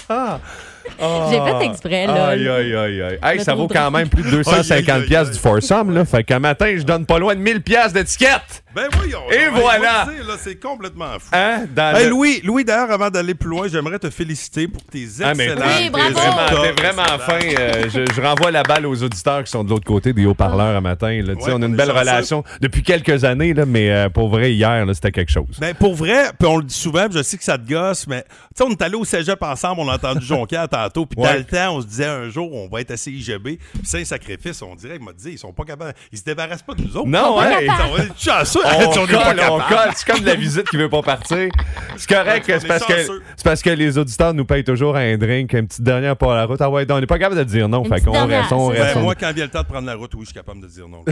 Speaker 6: J'ai fait exprès, là.
Speaker 19: Aïe, aïe, aïe, aïe. Hey,
Speaker 6: Le
Speaker 19: ça vaut
Speaker 6: drôle.
Speaker 19: quand même plus de
Speaker 3: Aïe, aïe, aïe,
Speaker 19: 250 pièces du foursum, là. Fait qu'un matin, je donne pas loin de 1000 pièces d'étiquette.
Speaker 3: Ben voyons. donc,
Speaker 19: Et
Speaker 3: hey,
Speaker 19: voilà.
Speaker 3: je vais le dire, là, c'est complètement fou.
Speaker 19: Hein? Dans
Speaker 3: Hey,
Speaker 19: le-
Speaker 3: Louis, Louis d'ailleurs, avant d'aller plus loin, j'aimerais te féliciter pour tes excellents
Speaker 19: Ah, mais t'es vraiment, Ah, t'es vraiment fin. Euh, je, je renvoie la balle aux auditeurs qui sont de l'autre côté des haut-parleurs à matin. là. Tu sais,
Speaker 3: Ouais,
Speaker 19: on a
Speaker 3: on
Speaker 19: une
Speaker 3: est
Speaker 19: belle
Speaker 3: chanceux.
Speaker 19: relation depuis quelques années, là, mais euh, pour vrai, hier, là, c'était quelque chose.
Speaker 3: Ben, pour vrai, puis on le dit souvent, puis je sais que ça te gosse, mais tu sais, on est allé au cégep ensemble, on a entendu Jonquière tantôt, puis dans
Speaker 19: Ouais.
Speaker 3: le temps, on se disait un jour, on va être assez IGB, puis c'est un sacrifice, on dirait, il m'a dit, ils sont pas capables, ils se débarrassent pas de nous autres.
Speaker 19: Non,
Speaker 3: ouais.
Speaker 19: ouais.
Speaker 3: On est chanceux,
Speaker 19: On
Speaker 3: on est pas
Speaker 19: colle, on
Speaker 3: capables.
Speaker 19: colle. C'est comme la visite qui veut pas partir. C'est correct,
Speaker 3: Ouais, on
Speaker 19: c'est
Speaker 3: est
Speaker 19: parce que
Speaker 3: chanceux.
Speaker 19: c'est parce que les auditeurs nous payent toujours un drink, une petite dernière pour la route. Ah ouais, donc on n'est pas capable de dire non.
Speaker 6: Une
Speaker 19: Fait
Speaker 6: petite
Speaker 19: qu'on reste, on
Speaker 3: Ben,
Speaker 19: reste. on-
Speaker 3: moi, quand vient le temps de prendre la route, oui, je suis capable de dire non.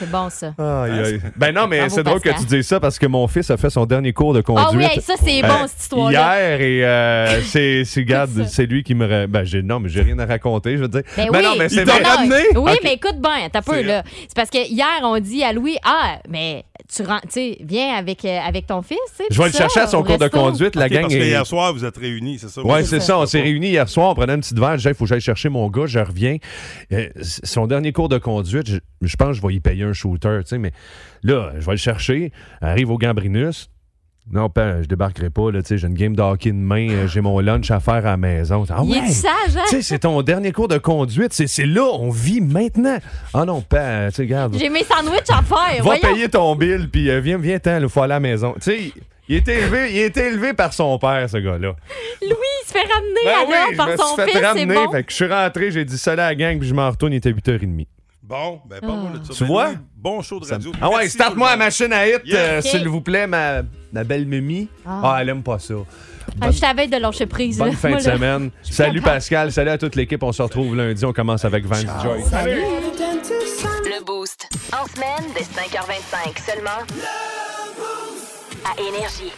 Speaker 6: C'est bon, ça.
Speaker 19: Aïe, aïe. Ben non, mais
Speaker 6: Bravo,
Speaker 19: c'est drôle que
Speaker 6: Pascal.
Speaker 19: tu dises ça parce que mon fils a fait son dernier cours de conduite.
Speaker 6: Ah oui, hey, ça, c'est bon, cette histoire-là.
Speaker 19: Ben, Hier, et euh, c'est, c'est, regarde, c'est lui qui me. ra- Ben, j'ai, non, mais j'ai rien à raconter, je veux dire.
Speaker 6: Ben
Speaker 19: Ben
Speaker 6: oui.
Speaker 19: non, mais c'est
Speaker 6: Ben
Speaker 19: vrai.
Speaker 6: non, Oui,
Speaker 19: Ok.
Speaker 6: mais écoute bien, t'as peu,
Speaker 19: C'est
Speaker 6: là. C'est parce que hier, on dit à Louis, ah, mais tu rentres, tu sais, viens avec, euh, avec ton fils, tu sais,
Speaker 19: Je vais
Speaker 6: tout
Speaker 19: le
Speaker 6: ça,
Speaker 19: chercher à son
Speaker 6: au
Speaker 19: cours de
Speaker 6: resto.
Speaker 19: conduite, la
Speaker 3: Ok,
Speaker 19: gang.
Speaker 3: parce que
Speaker 19: est-
Speaker 3: hier soir, vous êtes réunis, c'est ça?
Speaker 19: Ouais, c'est ça. On s'est réunis hier soir, on prenait un petit verre. J'ai dit, il faut que j'aille chercher mon gars, je reviens. Euh, c- son dernier cours de conduite, je, je pense que je vais y payer un shooter, tu sais, mais là, je vais le chercher. Arrive au Gambrinus. Non, pas, Euh, je débarquerai pas, là, tu sais, j'ai une game de hockey demain, euh, j'ai mon lunch à faire à la maison. Ah
Speaker 6: Il est
Speaker 19: ouais!
Speaker 6: sage, hein?
Speaker 19: Tu sais, c'est ton dernier cours de conduite, c'est c'est là, on vit maintenant. Ah non, pas, tu sais, regarde.
Speaker 6: J'ai mes sandwichs à faire.
Speaker 19: Va
Speaker 6: voyons.
Speaker 19: payer ton bill, puis euh, viens, viens, t'en, il faut aller à la maison. Tu sais, il était élevé, il était élevé par son père, ce gars-là.
Speaker 6: Louis, il se fait ramener
Speaker 19: Ben
Speaker 6: à l'heure
Speaker 19: oui,
Speaker 6: par
Speaker 19: je me
Speaker 6: son
Speaker 19: suis
Speaker 6: fils,
Speaker 19: fait
Speaker 6: c'est
Speaker 19: ramener.
Speaker 6: bon.
Speaker 19: Fait que je suis rentré, j'ai dit ça à la gang, puis je m'en retourne, il était 8h30.
Speaker 3: Bon, ben, pas mal de ça.
Speaker 19: Ah. Tu
Speaker 3: Ben,
Speaker 19: vois?
Speaker 3: Louis, Bon show de
Speaker 19: Ça-
Speaker 3: radio.
Speaker 19: Ah ouais,
Speaker 3: Merci tout le
Speaker 19: starte-moi la
Speaker 3: monde.
Speaker 19: machine à hit,
Speaker 3: Yeah.
Speaker 19: euh,
Speaker 6: Ok.
Speaker 19: s'il vous plaît, ma, ma belle Mimi.
Speaker 6: Ah.
Speaker 19: Ah. elle aime pas ça.
Speaker 6: Ah, je savais de lâcher prise.
Speaker 19: Bonne
Speaker 6: là.
Speaker 19: fin
Speaker 6: Moi,
Speaker 19: de
Speaker 6: là.
Speaker 19: semaine. Salut Pascal, salut à toute l'équipe. On se retrouve lundi, on commence avec Vance Joyce.
Speaker 1: Le Boost. En semaine, dès 5h25 seulement. À Énergie.